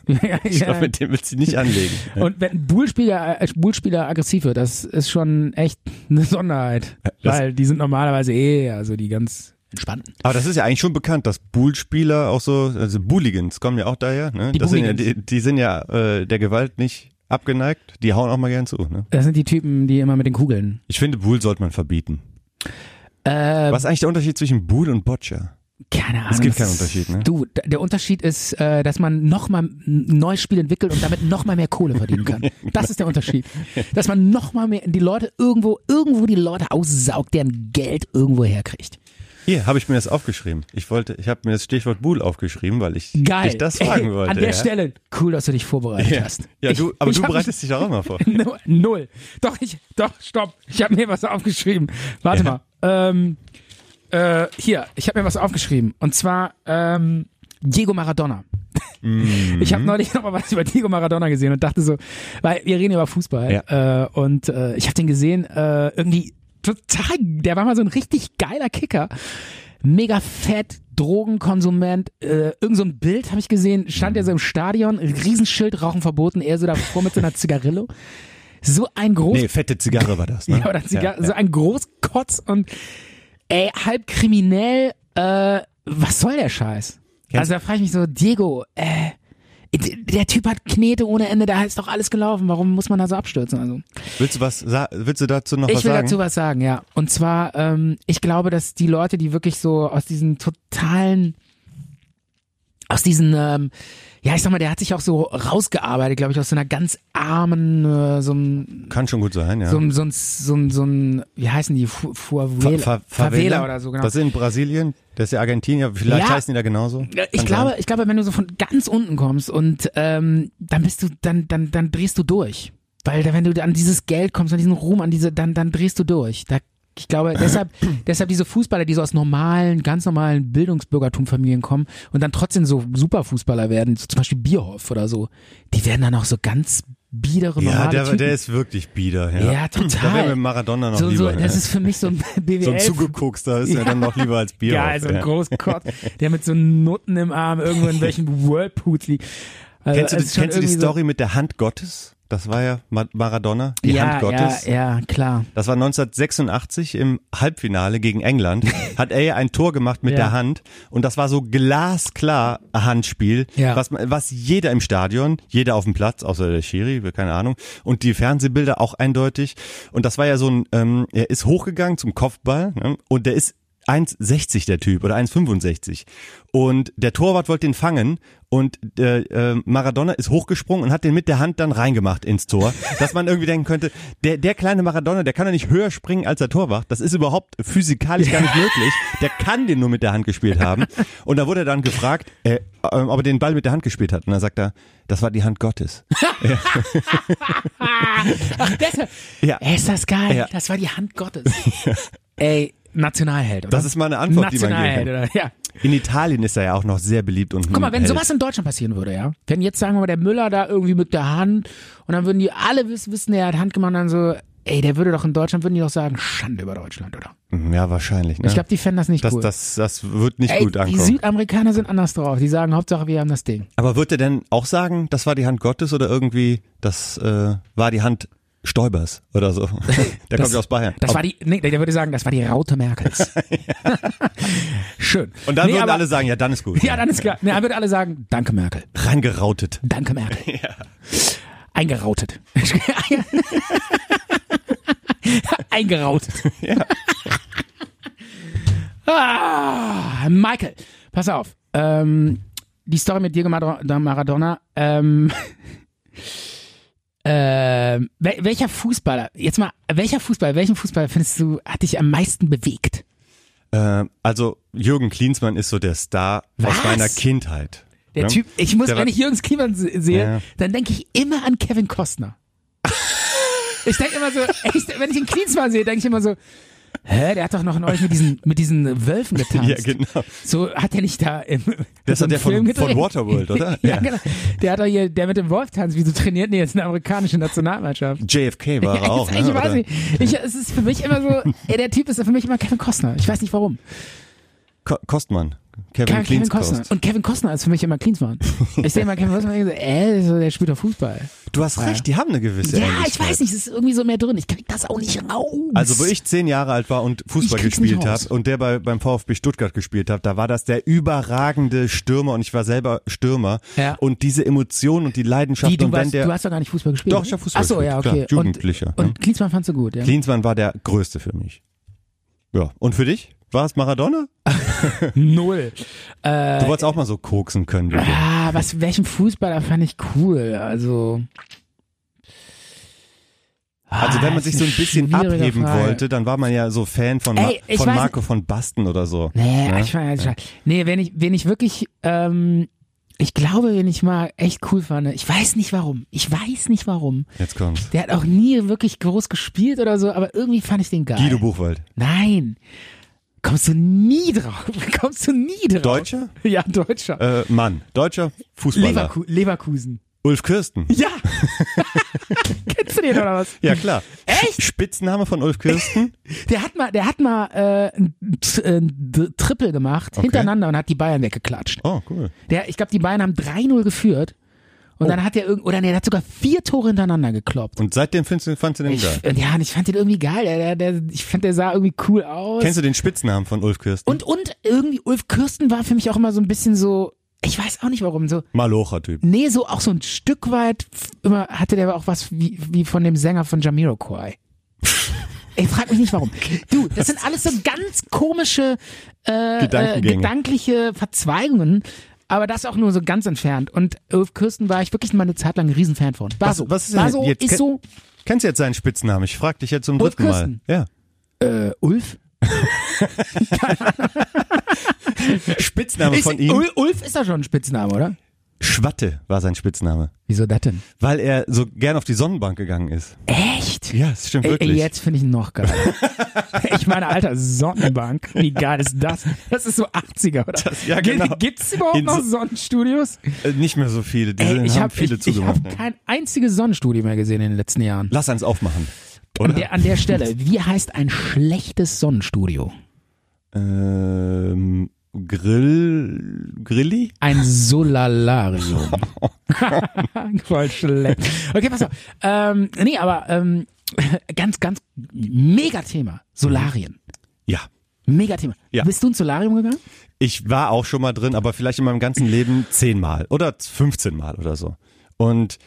[SPEAKER 3] ja,
[SPEAKER 4] Ich
[SPEAKER 3] ja.
[SPEAKER 4] glaube, mit dem willst du nicht anlegen.
[SPEAKER 3] Und wenn ein Bullspieler, äh, Bullspieler aggressiv wird, das ist schon echt eine Sonderheit. weil die sind normalerweise eh, also die ganz entspannten.
[SPEAKER 4] Aber das ist ja eigentlich schon bekannt, dass Bullspieler auch so, also Bulligans kommen ja auch daher. Ne?
[SPEAKER 3] Die
[SPEAKER 4] das sind ja, die,
[SPEAKER 3] Bulligans.
[SPEAKER 4] die sind ja äh, der Gewalt nicht abgeneigt. Die hauen auch mal gern zu. Ne?
[SPEAKER 3] Das sind die Typen, die immer mit den Kugeln.
[SPEAKER 4] Ich finde, Bull sollte man verbieten.
[SPEAKER 3] Äh,
[SPEAKER 4] Was ist eigentlich der Unterschied zwischen Bull und Boccia?
[SPEAKER 3] keine Ahnung.
[SPEAKER 4] Es gibt
[SPEAKER 3] das
[SPEAKER 4] keinen Unterschied, ne?
[SPEAKER 3] Du, d- der Unterschied ist, äh, dass man nochmal ein neues Spiel entwickelt und damit nochmal mehr Kohle verdienen kann. Das ist der Unterschied. Dass man nochmal mehr die Leute irgendwo, irgendwo die Leute aussaugt, deren Geld irgendwo herkriegt.
[SPEAKER 4] Hier habe ich mir das aufgeschrieben. Ich wollte, ich habe mir das Stichwort Bull aufgeschrieben, weil ich
[SPEAKER 3] Geil.
[SPEAKER 4] dich das fragen
[SPEAKER 3] Ey,
[SPEAKER 4] wollte.
[SPEAKER 3] An der
[SPEAKER 4] ja?
[SPEAKER 3] Stelle, cool, dass du dich vorbereitet
[SPEAKER 4] Ja,
[SPEAKER 3] hast.
[SPEAKER 4] ja du, aber
[SPEAKER 3] ich, ich
[SPEAKER 4] du
[SPEAKER 3] hab mich-
[SPEAKER 4] bereitest dich doch auch mal vor.
[SPEAKER 3] Nu- Null. Doch, ich, doch, stopp. Ich habe mir was aufgeschrieben. Warte
[SPEAKER 4] Ja.
[SPEAKER 3] mal. Ähm, äh, hier, ich habe mir was aufgeschrieben. Und zwar ähm, Diego Maradona. Ich habe neulich noch mal was über Diego Maradona gesehen und dachte so, weil wir reden über Fußball äh, und äh, ich habe den gesehen, äh, irgendwie total, der war mal so ein richtig geiler Kicker mega fett, Drogenkonsument. Äh, irgend so ein Bild habe ich gesehen, stand er so im Stadion, ein Riesenschild, Rauchen verboten, er so davor mit so einer Zigarillo. So ein groß,
[SPEAKER 4] Nee, fette Zigarre war das, ne?
[SPEAKER 3] ja, oder Zigar
[SPEAKER 4] ja.
[SPEAKER 3] so ein Großkotz und ey, halb kriminell, äh, was soll der Scheiß? also da frage ich mich so, Diego, äh, d- der Typ hat Knete ohne Ende, da ist doch alles gelaufen, warum muss man da so abstürzen? Also.
[SPEAKER 4] Willst du was, sa- willst du dazu noch was
[SPEAKER 3] Ich will
[SPEAKER 4] sagen?
[SPEAKER 3] dazu was sagen, ja. Und zwar, ähm, ich glaube, dass die Leute, die wirklich so aus diesen totalen, aus diesen, ähm, ja, ich sag mal, der hat sich auch so rausgearbeitet, glaube ich, aus so einer ganz armen, äh, so einem,
[SPEAKER 4] Kann schon gut sein, ja.
[SPEAKER 3] so einem, so einem, so einem, so einem wie heißen die, Fu- Fuavela,
[SPEAKER 4] Fa- Fa-
[SPEAKER 3] Favela oder so, genau.
[SPEAKER 4] Das ist in Brasilien, das ist ja Argentinier, vielleicht
[SPEAKER 3] Ja.
[SPEAKER 4] heißen die da genauso.
[SPEAKER 3] Ja, Ich
[SPEAKER 4] Kann
[SPEAKER 3] glaube,
[SPEAKER 4] sein.
[SPEAKER 3] ich glaube, wenn du so von ganz unten kommst und ähm, dann bist du, dann, dann, dann drehst du durch. Weil da- wenn du an dieses Geld kommst, an diesen Ruhm, an diese, dann, dann drehst du durch. Da, ich glaube, deshalb, deshalb diese Fußballer, die so aus normalen, ganz normalen Bildungsbürgertumfamilien kommen und dann trotzdem so Superfußballer werden, so zum Beispiel Bierhoff oder so, die werden dann auch so ganz biedere
[SPEAKER 4] Ja,
[SPEAKER 3] normale
[SPEAKER 4] der,
[SPEAKER 3] Typen.
[SPEAKER 4] der ist wirklich bieder. Ja,
[SPEAKER 3] Ja, total.
[SPEAKER 4] Da wäre mir Maradona noch
[SPEAKER 3] so, so,
[SPEAKER 4] lieber.
[SPEAKER 3] das
[SPEAKER 4] ja.
[SPEAKER 3] ist für mich so ein BWL.
[SPEAKER 4] so ein zugeguckster ist ja.
[SPEAKER 3] Ja.
[SPEAKER 4] dann noch lieber als Bier.
[SPEAKER 3] Ja,
[SPEAKER 4] auf,
[SPEAKER 3] also ein
[SPEAKER 4] ja.
[SPEAKER 3] Großkotz, der mit so Nutten im Arm irgendwo in welchen Whirlpools liegt. Also,
[SPEAKER 4] Kennst du,
[SPEAKER 3] es
[SPEAKER 4] das,
[SPEAKER 3] ist schon
[SPEAKER 4] kennst du die
[SPEAKER 3] irgendwie so-
[SPEAKER 4] Story mit der Hand Gottes? Das war ja Ma- Maradona, die
[SPEAKER 3] ja,
[SPEAKER 4] Hand Gottes.
[SPEAKER 3] Ja, ja, klar.
[SPEAKER 4] Das war 1986 im Halbfinale gegen England. Hat er ja ein Tor gemacht mit
[SPEAKER 3] Ja.
[SPEAKER 4] der Hand und das war so glasklar Handspiel,
[SPEAKER 3] Ja.
[SPEAKER 4] was, man- was jeder im Stadion, jeder auf dem Platz, außer der Schiri, wir- keine Ahnung, und die Fernsehbilder auch eindeutig. Und das war ja so ein, ähm, er ist hochgegangen zum Kopfball ne? und der ist 1,60 der Typ oder 1,65. Und der Torwart wollte ihn fangen und äh, äh, Maradona ist hochgesprungen und hat den mit der Hand dann reingemacht ins Tor. dass man irgendwie denken könnte, der, der kleine Maradona, der kann doch nicht höher springen als der Torwart. Das ist überhaupt physikalisch gar nicht möglich. Der kann den nur mit der Hand gespielt haben. Und da wurde er dann gefragt, äh, ähm, ob er den Ball mit der Hand gespielt hat. Und dann sagt er, das war die Hand Gottes.
[SPEAKER 3] Ach, deshalb.
[SPEAKER 4] Ja.
[SPEAKER 3] Ey, ist das geil.
[SPEAKER 4] Ja.
[SPEAKER 3] Das war die Hand Gottes. Ey, Nationalheld, oder?
[SPEAKER 4] Das ist mal eine Antwort, die man geben
[SPEAKER 3] Nationalheld,
[SPEAKER 4] kann.
[SPEAKER 3] oder? Ja.
[SPEAKER 4] In Italien ist er ja auch noch sehr beliebt und
[SPEAKER 3] Guck mal, wenn
[SPEAKER 4] ein Held.
[SPEAKER 3] sowas in Deutschland passieren würde, ja. Wenn jetzt, sagen wir mal, der Müller da irgendwie mit der Hand und dann würden die alle wiss- wissen, er hat Hand gemacht und dann so, ey, der würde doch in Deutschland, würden die doch sagen, Schande über Deutschland, oder?
[SPEAKER 4] Ja, wahrscheinlich. Ne?
[SPEAKER 3] Ich glaube, die fänden das nicht
[SPEAKER 4] das,
[SPEAKER 3] cool.
[SPEAKER 4] das, das wird nicht
[SPEAKER 3] ey,
[SPEAKER 4] gut
[SPEAKER 3] die
[SPEAKER 4] ankommen.
[SPEAKER 3] Südamerikaner sind anders drauf. Die sagen, Hauptsache, wir haben das Ding.
[SPEAKER 4] Aber wird er denn auch sagen, das war die Hand Gottes oder irgendwie, das äh, war die Hand Stoibers oder so? Der kommt ja aus Bayern.
[SPEAKER 3] Das
[SPEAKER 4] Ob-
[SPEAKER 3] war die, nee, der würde sagen, das war die Raute Merkels. Schön.
[SPEAKER 4] und dann
[SPEAKER 3] nee,
[SPEAKER 4] würden
[SPEAKER 3] aber-
[SPEAKER 4] alle sagen, ja, dann ist gut.
[SPEAKER 3] Ja, dann ist klar. Nee, dann würden alle sagen, danke Merkel.
[SPEAKER 4] Reingerautet.
[SPEAKER 3] Danke Merkel. Eingerautet. Eingerautet. ah, Michael, pass auf. Ähm, die Story mit Diego Mar- da Maradona. Ähm, ähm, wel welcher Fußballer, jetzt mal, welcher Fußballer, welchen Fußballer findest du, hat dich am meisten bewegt?
[SPEAKER 4] Äh, also Jürgen Klinsmann ist so der Star
[SPEAKER 3] Was?
[SPEAKER 4] aus meiner Kindheit. ne?
[SPEAKER 3] Der
[SPEAKER 4] Ja?
[SPEAKER 3] Typ, ich muss,
[SPEAKER 4] Der war-
[SPEAKER 3] wenn ich Jürgens Kliman se- sehe,
[SPEAKER 4] Ja.
[SPEAKER 3] dann denke ich immer an Kevin Costner. ich denke immer so, echt, wenn ich den Klinsmann sehe, denke ich immer so, hä, der hat doch noch neulich mit diesen, mit diesen Wölfen getanzt.
[SPEAKER 4] Ja, genau.
[SPEAKER 3] So hat er nicht da im
[SPEAKER 4] Das
[SPEAKER 3] so
[SPEAKER 4] hat der
[SPEAKER 3] einen Film
[SPEAKER 4] von, von
[SPEAKER 3] gedreht?
[SPEAKER 4] Waterworld, oder?
[SPEAKER 3] ja, genau. Der hat doch hier, der mit dem Wolf tanzt, wieso trainiert denn jetzt eine amerikanische Nationalmannschaft?
[SPEAKER 4] JFK war er auch.
[SPEAKER 3] ich
[SPEAKER 4] Ne?
[SPEAKER 3] weiß
[SPEAKER 4] Oder?
[SPEAKER 3] nicht. Ich, es ist für mich immer so, ey, der Typ ist für mich immer Kevin Costner. Ich weiß nicht warum.
[SPEAKER 4] Ko- Kostmann.
[SPEAKER 3] Kevin,
[SPEAKER 4] Kevin,
[SPEAKER 3] Kevin Costner.
[SPEAKER 4] Klinskost.
[SPEAKER 3] Und Kevin Costner ist für mich immer Klinsmann. Ich sehe immer Kevin Costner und denke so, äh, so, der spielt doch Fußball.
[SPEAKER 4] Du hast recht, die haben eine gewisse
[SPEAKER 3] Ja, ich
[SPEAKER 4] Ähnlichkeit.
[SPEAKER 3] weiß nicht, es ist irgendwie so mehr drin. Ich krieg das auch nicht raus.
[SPEAKER 4] Also wo ich zehn Jahre alt war und Fußball
[SPEAKER 3] Ich krieg's nicht
[SPEAKER 4] gespielt
[SPEAKER 3] raus.
[SPEAKER 4] habe und der bei, beim VfB Stuttgart gespielt hat, da war das der überragende Stürmer und ich war selber Stürmer.
[SPEAKER 3] Ja.
[SPEAKER 4] Und diese Emotion und die Leidenschaft
[SPEAKER 3] Wie, du,
[SPEAKER 4] und wenn
[SPEAKER 3] warst,
[SPEAKER 4] der
[SPEAKER 3] du hast doch gar nicht Fußball gespielt. ne?
[SPEAKER 4] Doch, ich hab Fußball
[SPEAKER 3] Ach so,
[SPEAKER 4] gespielt,
[SPEAKER 3] ja,
[SPEAKER 4] klar,
[SPEAKER 3] okay.
[SPEAKER 4] Jugendlicher,
[SPEAKER 3] Und,
[SPEAKER 4] ne?
[SPEAKER 3] und Klinsmann fandst du gut, ja.
[SPEAKER 4] Klinsmann war der größte für mich. Ja. Und für dich? War es Maradona?
[SPEAKER 3] Null. Äh,
[SPEAKER 4] Du wolltest auch mal so koksen können. Wie du.
[SPEAKER 3] Ah, was, welchen Fußballer fand ich cool? Also. Ah,
[SPEAKER 4] Also wenn man sich so ein bisschen abheben
[SPEAKER 3] wollte.
[SPEAKER 4] wollte, dann war man ja so Fan von, Ma
[SPEAKER 3] Ey, ich
[SPEAKER 4] von
[SPEAKER 3] weiß-
[SPEAKER 4] Marco von Basten oder so.
[SPEAKER 3] Nee,
[SPEAKER 4] Ja?
[SPEAKER 3] ich fand, ja. nee wenn, ich, wenn ich wirklich, ähm, ich glaube, wenn ich mal echt cool fand, ich weiß nicht warum, ich weiß nicht warum.
[SPEAKER 4] Jetzt kommt's.
[SPEAKER 3] Der hat auch nie wirklich groß gespielt oder so, aber irgendwie fand ich den geil.
[SPEAKER 4] Guido Buchwald.
[SPEAKER 3] Nein, kommst du nie drauf, kommst du nie drauf.
[SPEAKER 4] Deutscher?
[SPEAKER 3] Ja, Deutscher.
[SPEAKER 4] Äh, Mann. Deutscher Fußballer.
[SPEAKER 3] Leverku Leverkusen.
[SPEAKER 4] Ulf Kirsten.
[SPEAKER 3] Ja. Kennst du den oder was?
[SPEAKER 4] Ja, klar.
[SPEAKER 3] Echt?
[SPEAKER 4] Spitzname von Ulf Kirsten?
[SPEAKER 3] Der hat mal, der hat mal äh, ein, T- ein D- Triple gemacht, hintereinander und hat die Bayern weggeklatscht.
[SPEAKER 4] Oh, cool.
[SPEAKER 3] Der, ich glaube, die Bayern haben 3-0 geführt. Und
[SPEAKER 4] Oh.
[SPEAKER 3] dann hat er irgend, oder nee, der hat sogar vier Tore hintereinander gekloppt.
[SPEAKER 4] Und seitdem findest du, fandst du den
[SPEAKER 3] Ich,
[SPEAKER 4] geil.
[SPEAKER 3] und ja, und ich fand den irgendwie geil. Der, der, der, ich fand, der sah irgendwie cool aus.
[SPEAKER 4] Kennst du den Spitznamen von Ulf Kirsten?
[SPEAKER 3] und, und irgendwie Ulf Kirsten war für mich auch immer so ein bisschen so, ich weiß auch nicht warum, so,
[SPEAKER 4] Malocher-Typ.
[SPEAKER 3] nee, so auch so ein Stück weit f- immer hatte der aber auch was wie, wie von dem Sänger von Jamiroquai. Ich frag mich nicht warum. Du, das sind alles so ganz komische äh, äh,
[SPEAKER 4] Gedankengänge.
[SPEAKER 3] gedankliche Verzweigungen, aber das auch nur so ganz entfernt. Und Ulf Kirsten war ich wirklich mal eine Zeit lang ein Riesenfan von. War
[SPEAKER 4] Was-
[SPEAKER 3] so,
[SPEAKER 4] was ist denn
[SPEAKER 3] war so,
[SPEAKER 4] jetzt-
[SPEAKER 3] ist so
[SPEAKER 4] Kennst du jetzt seinen Spitznamen? Ich frag dich jetzt zum
[SPEAKER 3] Ulf
[SPEAKER 4] dritten Mal.
[SPEAKER 3] Kirsten.
[SPEAKER 4] Ja.
[SPEAKER 3] äh, Ulf.
[SPEAKER 4] Spitzname
[SPEAKER 3] Ist,
[SPEAKER 4] von ihm?
[SPEAKER 3] Ul- Ulf ist da schon ein Spitzname, oder?
[SPEAKER 4] Schwatte war sein Spitzname.
[SPEAKER 3] Wieso das denn?
[SPEAKER 4] Weil er so gern auf die Sonnenbank gegangen ist.
[SPEAKER 3] Echt?
[SPEAKER 4] Ja, das stimmt
[SPEAKER 3] Ey,
[SPEAKER 4] wirklich.
[SPEAKER 3] Ey, jetzt finde ich ihn noch geil. ich meine, alter, Sonnenbank. Wie geil ist das? Das ist so 80er, oder?
[SPEAKER 4] Das- ja, genau.
[SPEAKER 3] Gibt es überhaupt
[SPEAKER 4] In
[SPEAKER 3] noch
[SPEAKER 4] so-
[SPEAKER 3] Sonnenstudios?
[SPEAKER 4] Äh, Nicht mehr so viele. Die
[SPEAKER 3] Ey,
[SPEAKER 4] sind,
[SPEAKER 3] ich
[SPEAKER 4] haben
[SPEAKER 3] habe
[SPEAKER 4] viele
[SPEAKER 3] ich, ich
[SPEAKER 4] zugemacht. ne?
[SPEAKER 3] hab kein einziges Sonnenstudio mehr gesehen in den letzten Jahren.
[SPEAKER 4] Lass eins aufmachen. Oder?
[SPEAKER 3] An der, an der Stelle, wie heißt ein schlechtes Sonnenstudio?
[SPEAKER 4] Ähm, Grill, Grilli?
[SPEAKER 3] Ein Solarium.
[SPEAKER 4] Oh
[SPEAKER 3] Voll schlecht. Okay, pass auf. Ähm, nee, aber ähm, ganz, ganz mega Thema. Solarien.
[SPEAKER 4] Ja.
[SPEAKER 3] Mega Thema.
[SPEAKER 4] Ja.
[SPEAKER 3] Bist du ins Solarium gegangen?
[SPEAKER 4] Ich war auch schon mal drin, aber vielleicht in meinem ganzen Leben zehnmal oder 15 Mal oder so. Und,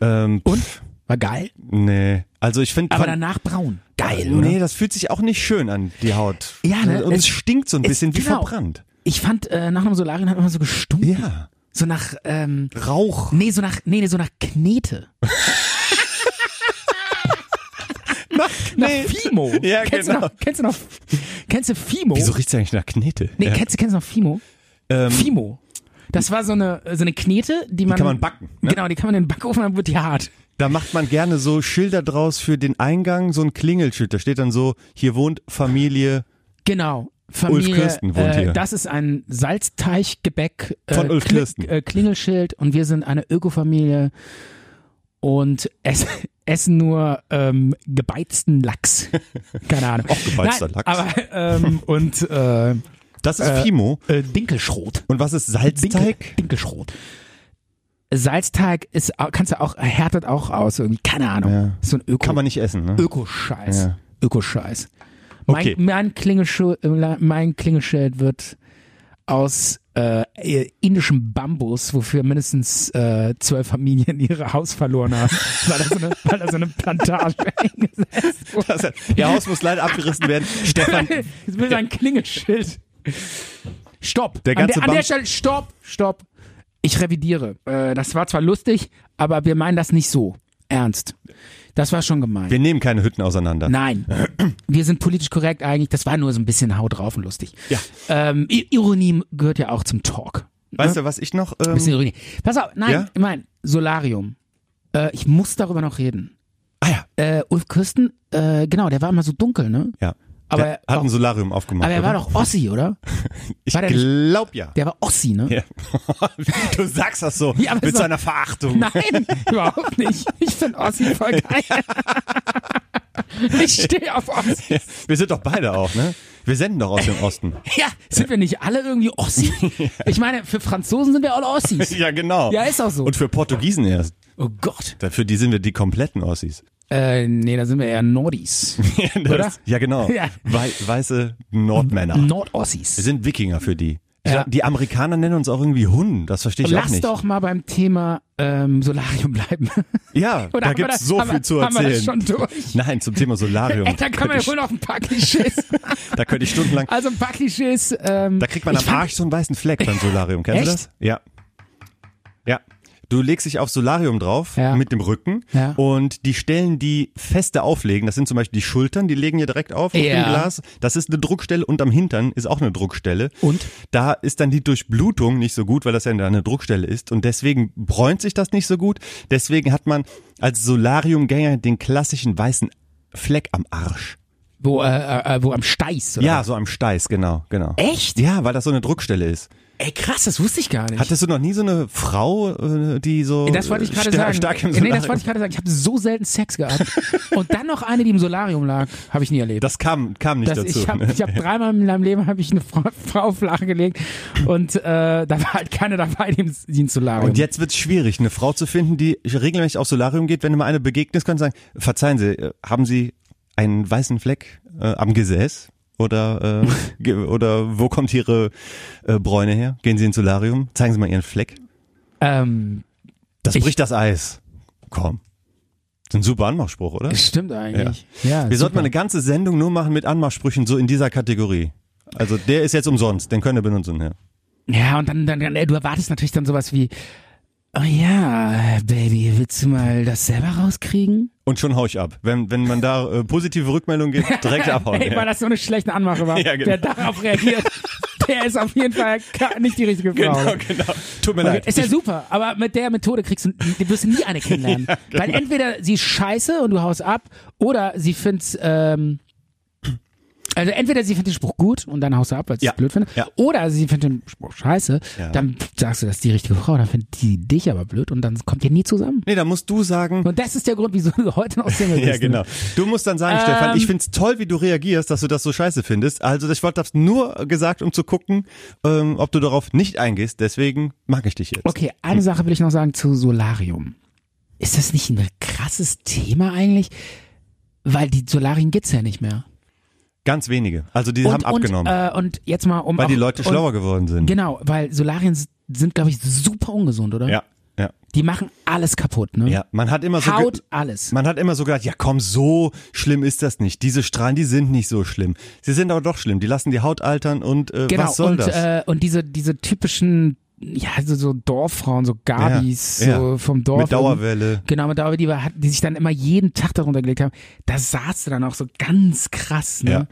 [SPEAKER 4] ähm,
[SPEAKER 3] Und? War geil.
[SPEAKER 4] nee. Also ich finde.
[SPEAKER 3] Aber danach braun. Geil, oder?
[SPEAKER 4] Nee, das fühlt sich auch nicht schön an, die Haut.
[SPEAKER 3] Ja, ne?
[SPEAKER 4] Und ne? es,
[SPEAKER 3] Es-
[SPEAKER 4] stinkt so ein
[SPEAKER 3] es-
[SPEAKER 4] bisschen wie
[SPEAKER 3] genau.
[SPEAKER 4] verbrannt.
[SPEAKER 3] Ich fand, äh, nach einem Solarium hat man so gestunken.
[SPEAKER 4] Ja.
[SPEAKER 3] So nach, ähm,
[SPEAKER 4] Rauch.
[SPEAKER 3] nee, so nach, nee, nee, so nach Knete. Nach Fimo.
[SPEAKER 4] Ja,
[SPEAKER 3] kennst
[SPEAKER 4] genau.
[SPEAKER 3] Du noch, kennst du noch, kennst du Fimo?
[SPEAKER 4] Wieso riecht's eigentlich nach Knete?
[SPEAKER 3] Nee,
[SPEAKER 4] ja.
[SPEAKER 3] kennst, du- kennst du noch Fimo?
[SPEAKER 4] Ähm,
[SPEAKER 3] Fimo. Das war so eine, so eine Knete, die man.
[SPEAKER 4] kann man backen, ne?
[SPEAKER 3] Genau, die kann man in den Backofen, dann wird die hart.
[SPEAKER 4] Da macht man gerne so Schilder draus für den Eingang, so ein Klingelschild. Da steht dann so, hier wohnt Familie
[SPEAKER 3] Genau. Familie,
[SPEAKER 4] Ulf Kirsten wohnt
[SPEAKER 3] äh,
[SPEAKER 4] hier.
[SPEAKER 3] Das ist ein Salzteichgebäck äh,
[SPEAKER 4] Von Ulf
[SPEAKER 3] Kli-
[SPEAKER 4] Kirsten.
[SPEAKER 3] Äh, Klingelschild und wir sind eine Ökofamilie und es, essen nur ähm, gebeizten Lachs. Keine Ahnung. Auch
[SPEAKER 4] gebeizter
[SPEAKER 3] Nein,
[SPEAKER 4] Lachs.
[SPEAKER 3] Aber, ähm, und äh, äh,
[SPEAKER 4] Das ist Fimo.
[SPEAKER 3] Dinkelschrot.
[SPEAKER 4] Und was ist
[SPEAKER 3] Dinkel,
[SPEAKER 4] Salzteig?
[SPEAKER 3] Dinkelschrot. Salzteig ist, au- kannst du auch, härtet auch aus. irgendwie. Keine Ahnung.
[SPEAKER 4] Ja.
[SPEAKER 3] So ein Öko.
[SPEAKER 4] Kann man nicht essen, ne?
[SPEAKER 3] Ökoscheiß.
[SPEAKER 4] Ja.
[SPEAKER 3] Ökoscheiß.
[SPEAKER 4] Okay.
[SPEAKER 3] Mein, mein, Klingelschild, mein Klingelschild wird aus äh, indischem Bambus, wofür mindestens äh, zwölf Familien ihre Haus verloren haben, weil da so eine, weil da so eine Plantage eingesetzt wurde.
[SPEAKER 4] Das, ihr Haus muss leider abgerissen werden. Stefan,
[SPEAKER 3] Jetzt will sein Klingelschild. Stopp.
[SPEAKER 4] Der ganze
[SPEAKER 3] an, der, an
[SPEAKER 4] Bam-
[SPEAKER 3] der Stelle, stopp, stopp. Ich revidiere. Äh, das war zwar lustig, aber wir meinen das nicht so ernst. Das war schon gemein.
[SPEAKER 4] wir nehmen keine Hütten auseinander.
[SPEAKER 3] Nein, wir sind politisch korrekt eigentlich. Das war nur so ein bisschen haut drauf und lustig.
[SPEAKER 4] Ja.
[SPEAKER 3] Ähm, I- Ironie gehört ja auch zum Talk.
[SPEAKER 4] Weißt du, was ich noch... Ähm,
[SPEAKER 3] Bisschen Ironie. Pass auf, nein,
[SPEAKER 4] Ja?
[SPEAKER 3] nein, Solarium. Äh, ich muss darüber noch reden.
[SPEAKER 4] ah ja,
[SPEAKER 3] Äh, Ulf Kirsten, äh, genau, der war immer so dunkel, ne?
[SPEAKER 4] ja.
[SPEAKER 3] Aber-
[SPEAKER 4] Der hat ein Solarium aufgemacht.
[SPEAKER 3] Aber er war
[SPEAKER 4] oder?
[SPEAKER 3] doch Ossi, oder?
[SPEAKER 4] ich
[SPEAKER 3] war der nicht-
[SPEAKER 4] glaub ja.
[SPEAKER 3] Der war Ossi, ne?
[SPEAKER 4] ja. du sagst das so
[SPEAKER 3] Ja, aber
[SPEAKER 4] mit
[SPEAKER 3] so-
[SPEAKER 4] seiner Verachtung.
[SPEAKER 3] Nein, überhaupt nicht. Ich finde Ossi voll geil. Ich stehe auf Ossi.
[SPEAKER 4] Ja, Wir sind doch beide auch, ne? Wir senden doch aus dem Osten.
[SPEAKER 3] Ja, sind wir nicht alle irgendwie Ossi? Ich meine, für Franzosen sind wir alle Ossis.
[SPEAKER 4] ja, genau.
[SPEAKER 3] Ja, ist auch so.
[SPEAKER 4] Und für Portugiesen erst.
[SPEAKER 3] Oh Gott.
[SPEAKER 4] Dafür die sind wir die kompletten Ossis.
[SPEAKER 3] Äh, nee, da sind wir eher Nordis.
[SPEAKER 4] Ja, das-
[SPEAKER 3] Oder?
[SPEAKER 4] Ja, genau.
[SPEAKER 3] Ja.
[SPEAKER 4] Wei weiße Nordmänner. Wir
[SPEAKER 3] Nordossis.
[SPEAKER 4] sind Wikinger für die. Ich
[SPEAKER 3] Ja.
[SPEAKER 4] glaub, Die Amerikaner nennen uns auch irgendwie Hunden. Das verstehe ich auch
[SPEAKER 3] Lass
[SPEAKER 4] nicht.
[SPEAKER 3] doch mal beim Thema ähm, Solarium bleiben.
[SPEAKER 4] Ja,
[SPEAKER 3] Oder
[SPEAKER 4] da
[SPEAKER 3] haben wir
[SPEAKER 4] gibt's
[SPEAKER 3] das-
[SPEAKER 4] so
[SPEAKER 3] haben
[SPEAKER 4] viel
[SPEAKER 3] wir-
[SPEAKER 4] zu
[SPEAKER 3] haben wir das
[SPEAKER 4] erzählen.
[SPEAKER 3] schon durch?
[SPEAKER 4] Nein, zum Thema Solarium.
[SPEAKER 3] Ey, da kann man ja
[SPEAKER 4] könnte
[SPEAKER 3] wohl noch ein paar Klischees.
[SPEAKER 4] ich, da könnte ich stundenlang.
[SPEAKER 3] Also ein paar Klischees. Ähm,
[SPEAKER 4] Da kriegt man
[SPEAKER 3] ich
[SPEAKER 4] am
[SPEAKER 3] fand-
[SPEAKER 4] Arsch so einen weißen Fleck beim Solarium. Kennst du
[SPEAKER 3] Echt?
[SPEAKER 4] das? Ja. Ja. Du legst dich auf Solarium drauf
[SPEAKER 3] Ja.
[SPEAKER 4] mit dem Rücken
[SPEAKER 3] Ja.
[SPEAKER 4] und die Stellen, die feste auflegen, das sind zum Beispiel die Schultern, die legen hier direkt auf auf
[SPEAKER 3] Ja.
[SPEAKER 4] dem Glas. Das ist eine Druckstelle und am Hintern ist auch eine Druckstelle.
[SPEAKER 3] Und?
[SPEAKER 4] Da ist dann die Durchblutung nicht so gut, weil das ja eine Druckstelle ist und deswegen bräunt sich das nicht so gut. Deswegen hat man als Solariumgänger den klassischen weißen Fleck am Arsch.
[SPEAKER 3] Wo, äh, äh, wo am Steiß. Oder?
[SPEAKER 4] Ja, so am Steiß, genau, genau.
[SPEAKER 3] Echt?
[SPEAKER 4] Ja, weil das so eine Druckstelle ist.
[SPEAKER 3] Ey, krass, das wusste ich gar nicht.
[SPEAKER 4] Hattest du noch nie so eine Frau, äh, die so
[SPEAKER 3] das wollte ich gerade
[SPEAKER 4] star-
[SPEAKER 3] sagen.
[SPEAKER 4] stark im
[SPEAKER 3] nee, das
[SPEAKER 4] Solarium?
[SPEAKER 3] wollte ich gerade sagen. Ich habe so selten Sex gehabt. Und dann noch eine, die im Solarium lag, habe ich nie erlebt.
[SPEAKER 4] das kam, kam nicht
[SPEAKER 3] Das-
[SPEAKER 4] dazu.
[SPEAKER 3] ich habe
[SPEAKER 4] ne?
[SPEAKER 3] hab dreimal in meinem Leben habe ich eine Frau, Frau flach gelegt und äh, da war halt keine dabei, die ins- die ins Solarium.
[SPEAKER 4] Und jetzt wird's schwierig, eine Frau zu finden, die regelmäßig aufs Solarium geht. Wenn du mal eine begegnest, kannst du sagen, verzeihen Sie, äh, haben Sie einen weißen Fleck äh, am Gesäß? Oder, äh, ge- oder wo kommt Ihre äh, Bräune her? Gehen Sie ins Solarium? Zeigen Sie mal Ihren Fleck.
[SPEAKER 3] ähm,
[SPEAKER 4] Das
[SPEAKER 3] Ich-
[SPEAKER 4] bricht das Eis. Komm. Das ist ein super Anmachspruch, oder?
[SPEAKER 3] das stimmt eigentlich. Ja.
[SPEAKER 4] Wir sollten
[SPEAKER 3] super.
[SPEAKER 4] mal eine ganze Sendung nur machen mit Anmachsprüchen, so in dieser Kategorie. Also der ist jetzt umsonst, den könnt ihr benutzen. Ja.
[SPEAKER 3] Ja, und dann, dann, dann, du erwartest natürlich dann sowas wie, oh ja, Baby, willst du mal das selber rauskriegen?
[SPEAKER 4] Und schon hau ich ab. Wenn, wenn man da äh, positive Rückmeldungen gibt, direkt abhauen.
[SPEAKER 3] Ey, weil
[SPEAKER 4] Oh, ja.
[SPEAKER 3] das so eine schlechte Anmache war.
[SPEAKER 4] Ja, genau.
[SPEAKER 3] Wer darauf reagiert, der ist auf jeden Fall ka- nicht die richtige Frau.
[SPEAKER 4] Genau, genau. Tut mir
[SPEAKER 3] Okay,
[SPEAKER 4] leid.
[SPEAKER 3] ist ja super, aber mit der Methode kriegst du, du wirst nie eine kennenlernen.
[SPEAKER 4] genau.
[SPEAKER 3] Weil entweder sie ist scheiße und du haust ab, oder sie find's ähm, Also entweder sie findet den Spruch gut und dann haust du ab, weil sie
[SPEAKER 4] Ja.
[SPEAKER 3] es blöd findet.
[SPEAKER 4] Ja.
[SPEAKER 3] Oder sie findet den Spruch scheiße,
[SPEAKER 4] Ja.
[SPEAKER 3] dann sagst du, das ist die richtige Frau, dann findet die dich aber blöd und dann kommt ihr nie zusammen.
[SPEAKER 4] Nee, da musst du sagen,
[SPEAKER 3] Und das ist der Grund, wieso du heute noch Single bist. ne?
[SPEAKER 4] Ja, genau. Du musst dann sagen,
[SPEAKER 3] Ähm,
[SPEAKER 4] Stefan, ich find's toll, wie du reagierst, dass du das so scheiße findest. Also das Wort hab's nur gesagt, um zu gucken, ähm, ob du darauf nicht eingehst. Deswegen mag ich dich jetzt.
[SPEAKER 3] Okay, eine Sache will ich noch sagen zu Solarium. Ist das nicht ein krasses Thema eigentlich? Weil die Solarien gibt's ja nicht mehr.
[SPEAKER 4] Ganz wenige. Also die haben abgenommen,
[SPEAKER 3] Und, äh, und jetzt mal um.
[SPEAKER 4] weil die
[SPEAKER 3] auch-
[SPEAKER 4] Leute schlauer geworden
[SPEAKER 3] Und,
[SPEAKER 4] sind.
[SPEAKER 3] genau, weil Solarien s- sind, glaube ich, super ungesund, oder?
[SPEAKER 4] Ja, ja,
[SPEAKER 3] Die machen alles kaputt, ne?
[SPEAKER 4] ja. Man hat immer so ge-
[SPEAKER 3] Haut alles.
[SPEAKER 4] Man hat immer so gedacht, ja komm, so schlimm ist das nicht. Diese Strahlen, die sind nicht so schlimm. Sie sind aber doch schlimm. Die lassen die Haut altern und äh,
[SPEAKER 3] Genau,
[SPEAKER 4] was soll
[SPEAKER 3] und,
[SPEAKER 4] das?
[SPEAKER 3] Äh, und diese, diese typischen, ja, so, so Dorffrauen, so Gabis
[SPEAKER 4] Ja,
[SPEAKER 3] so
[SPEAKER 4] ja.
[SPEAKER 3] vom Dorf.
[SPEAKER 4] Mit Dauerwelle.
[SPEAKER 3] Genau, mit Dauerwelle, die, wir hatten, die sich dann immer jeden Tag darunter gelegt haben. Da saß du dann auch so ganz krass, ne?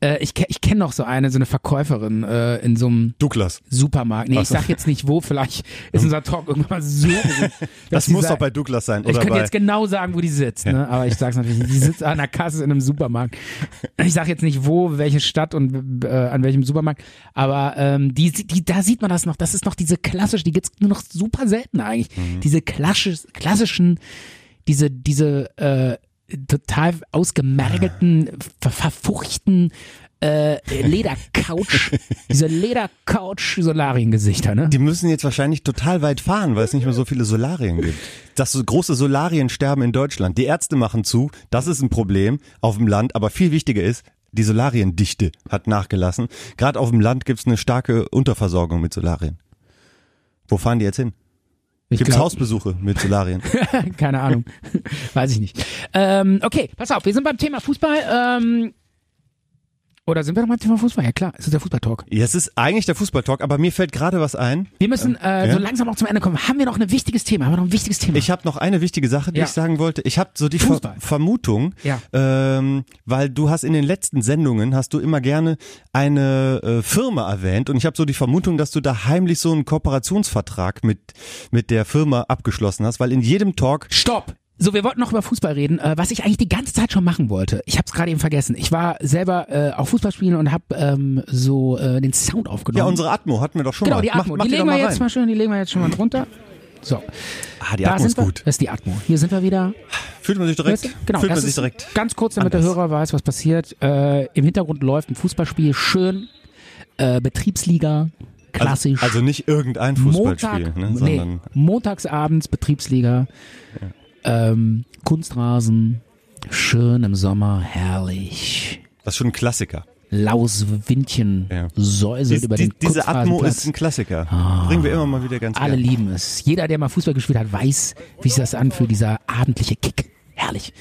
[SPEAKER 3] Äh, ich ke- ich kenne noch so eine, so eine Verkäuferin äh, in so einem
[SPEAKER 4] Douglas.
[SPEAKER 3] Supermarkt. Nee,
[SPEAKER 4] Ach
[SPEAKER 3] ich
[SPEAKER 4] so.
[SPEAKER 3] sag jetzt nicht wo, vielleicht ist unser Talk irgendwann mal so. berühmt, dass
[SPEAKER 4] Das
[SPEAKER 3] sie
[SPEAKER 4] muss
[SPEAKER 3] sa-
[SPEAKER 4] doch bei Douglas sein.
[SPEAKER 3] ich
[SPEAKER 4] oder
[SPEAKER 3] könnte
[SPEAKER 4] bei
[SPEAKER 3] jetzt genau sagen, wo die sitzt, ne? aber ich sag's natürlich nicht. Die sitzt an der Kasse in einem Supermarkt. Ich sag jetzt nicht wo, welche Stadt und äh, an welchem Supermarkt, aber ähm, die, die, da sieht man das noch. Das ist noch diese klassische, die gibt's nur noch super selten eigentlich.
[SPEAKER 4] Mhm.
[SPEAKER 3] Diese klassisch, klassischen, diese, diese äh, total ausgemergelten, ver verfurchten äh, Ledercouch, diese Ledercouch-Solariengesichter, ne?
[SPEAKER 4] Die müssen jetzt wahrscheinlich total weit fahren, weil es nicht mehr so viele Solarien gibt. Das so große Solariensterben in Deutschland. Die Ärzte machen zu, das ist ein Problem auf dem Land, aber viel wichtiger ist, die Solariendichte hat nachgelassen. Gerade auf dem Land gibt's eine starke Unterversorgung mit Solarien. Wo fahren die jetzt hin?
[SPEAKER 3] Ich
[SPEAKER 4] Gibt's
[SPEAKER 3] glaub-
[SPEAKER 4] Hausbesuche mit Solarien?
[SPEAKER 3] Keine Ahnung. Weiß ich nicht. Ähm, okay, pass auf, wir sind beim Thema Fußball. Ähm, oder sind wir noch beim Thema Fußball? Ja klar, es ist der Fußballtalk.
[SPEAKER 4] Ja, es ist eigentlich der Fußballtalk, aber mir fällt gerade was ein.
[SPEAKER 3] Wir müssen äh,
[SPEAKER 4] ja.
[SPEAKER 3] so langsam auch zum Ende kommen. Haben wir noch ein wichtiges Thema? Haben wir noch ein wichtiges Thema?
[SPEAKER 4] Ich habe noch eine wichtige Sache, die
[SPEAKER 3] Ja.
[SPEAKER 4] ich sagen wollte. Ich habe so die Ver
[SPEAKER 3] Fußball.
[SPEAKER 4] Vermutung,
[SPEAKER 3] Ja.
[SPEAKER 4] ähm, weil du hast in den letzten Sendungen hast du immer gerne eine äh, Firma erwähnt und ich habe so die Vermutung, dass du da heimlich so einen Kooperationsvertrag mit mit der Firma abgeschlossen hast, weil in jedem Talk
[SPEAKER 3] Stopp! So, wir wollten noch über Fußball reden, äh, was ich eigentlich die ganze Zeit schon machen wollte. Ich habe es gerade eben vergessen. Ich war selber äh, auf Fußball spielen und habe ähm, so äh, den Sound aufgenommen.
[SPEAKER 4] ja unsere Atmo hatten wir doch schon
[SPEAKER 3] genau,
[SPEAKER 4] mal.
[SPEAKER 3] die Atmo.
[SPEAKER 4] Mach, mach
[SPEAKER 3] die
[SPEAKER 4] die doch
[SPEAKER 3] legen
[SPEAKER 4] mal
[SPEAKER 3] wir
[SPEAKER 4] rein.
[SPEAKER 3] jetzt mal schön, die legen wir jetzt schon mal drunter. So,
[SPEAKER 4] ah, die
[SPEAKER 3] da
[SPEAKER 4] Atmo
[SPEAKER 3] sind
[SPEAKER 4] ist
[SPEAKER 3] wir.
[SPEAKER 4] gut.
[SPEAKER 3] Das ist die Atmo. Hier sind wir wieder.
[SPEAKER 4] Fühlt man sich direkt.
[SPEAKER 3] Genau,
[SPEAKER 4] fühlt
[SPEAKER 3] das
[SPEAKER 4] man sich
[SPEAKER 3] ist
[SPEAKER 4] direkt.
[SPEAKER 3] Ganz kurz, damit der
[SPEAKER 4] anders.
[SPEAKER 3] Hörer weiß, was passiert. Äh, Im Hintergrund läuft ein Fußballspiel, schön, äh, Betriebsliga, klassisch.
[SPEAKER 4] Also, also nicht irgendein Fußballspiel,
[SPEAKER 3] Montag,
[SPEAKER 4] ne,
[SPEAKER 3] nee,
[SPEAKER 4] sondern
[SPEAKER 3] montagsabends Betriebsliga, ähm, Kunstrasen, schön im Sommer, herrlich.
[SPEAKER 4] das ist schon ein Klassiker.
[SPEAKER 3] Laues Windchen
[SPEAKER 4] Ja.
[SPEAKER 3] säuselt
[SPEAKER 4] Dies-
[SPEAKER 3] über
[SPEAKER 4] die,
[SPEAKER 3] den
[SPEAKER 4] diese Atmo
[SPEAKER 3] Kunstrasenplatz.
[SPEAKER 4] ist ein Klassiker. Bringen wir immer mal wieder ganz
[SPEAKER 3] Alle
[SPEAKER 4] gerne.
[SPEAKER 3] lieben es. Jeder, der mal Fußball gespielt hat, weiß, wie sich das anfühlt, dieser abendliche Kick. Herrlich.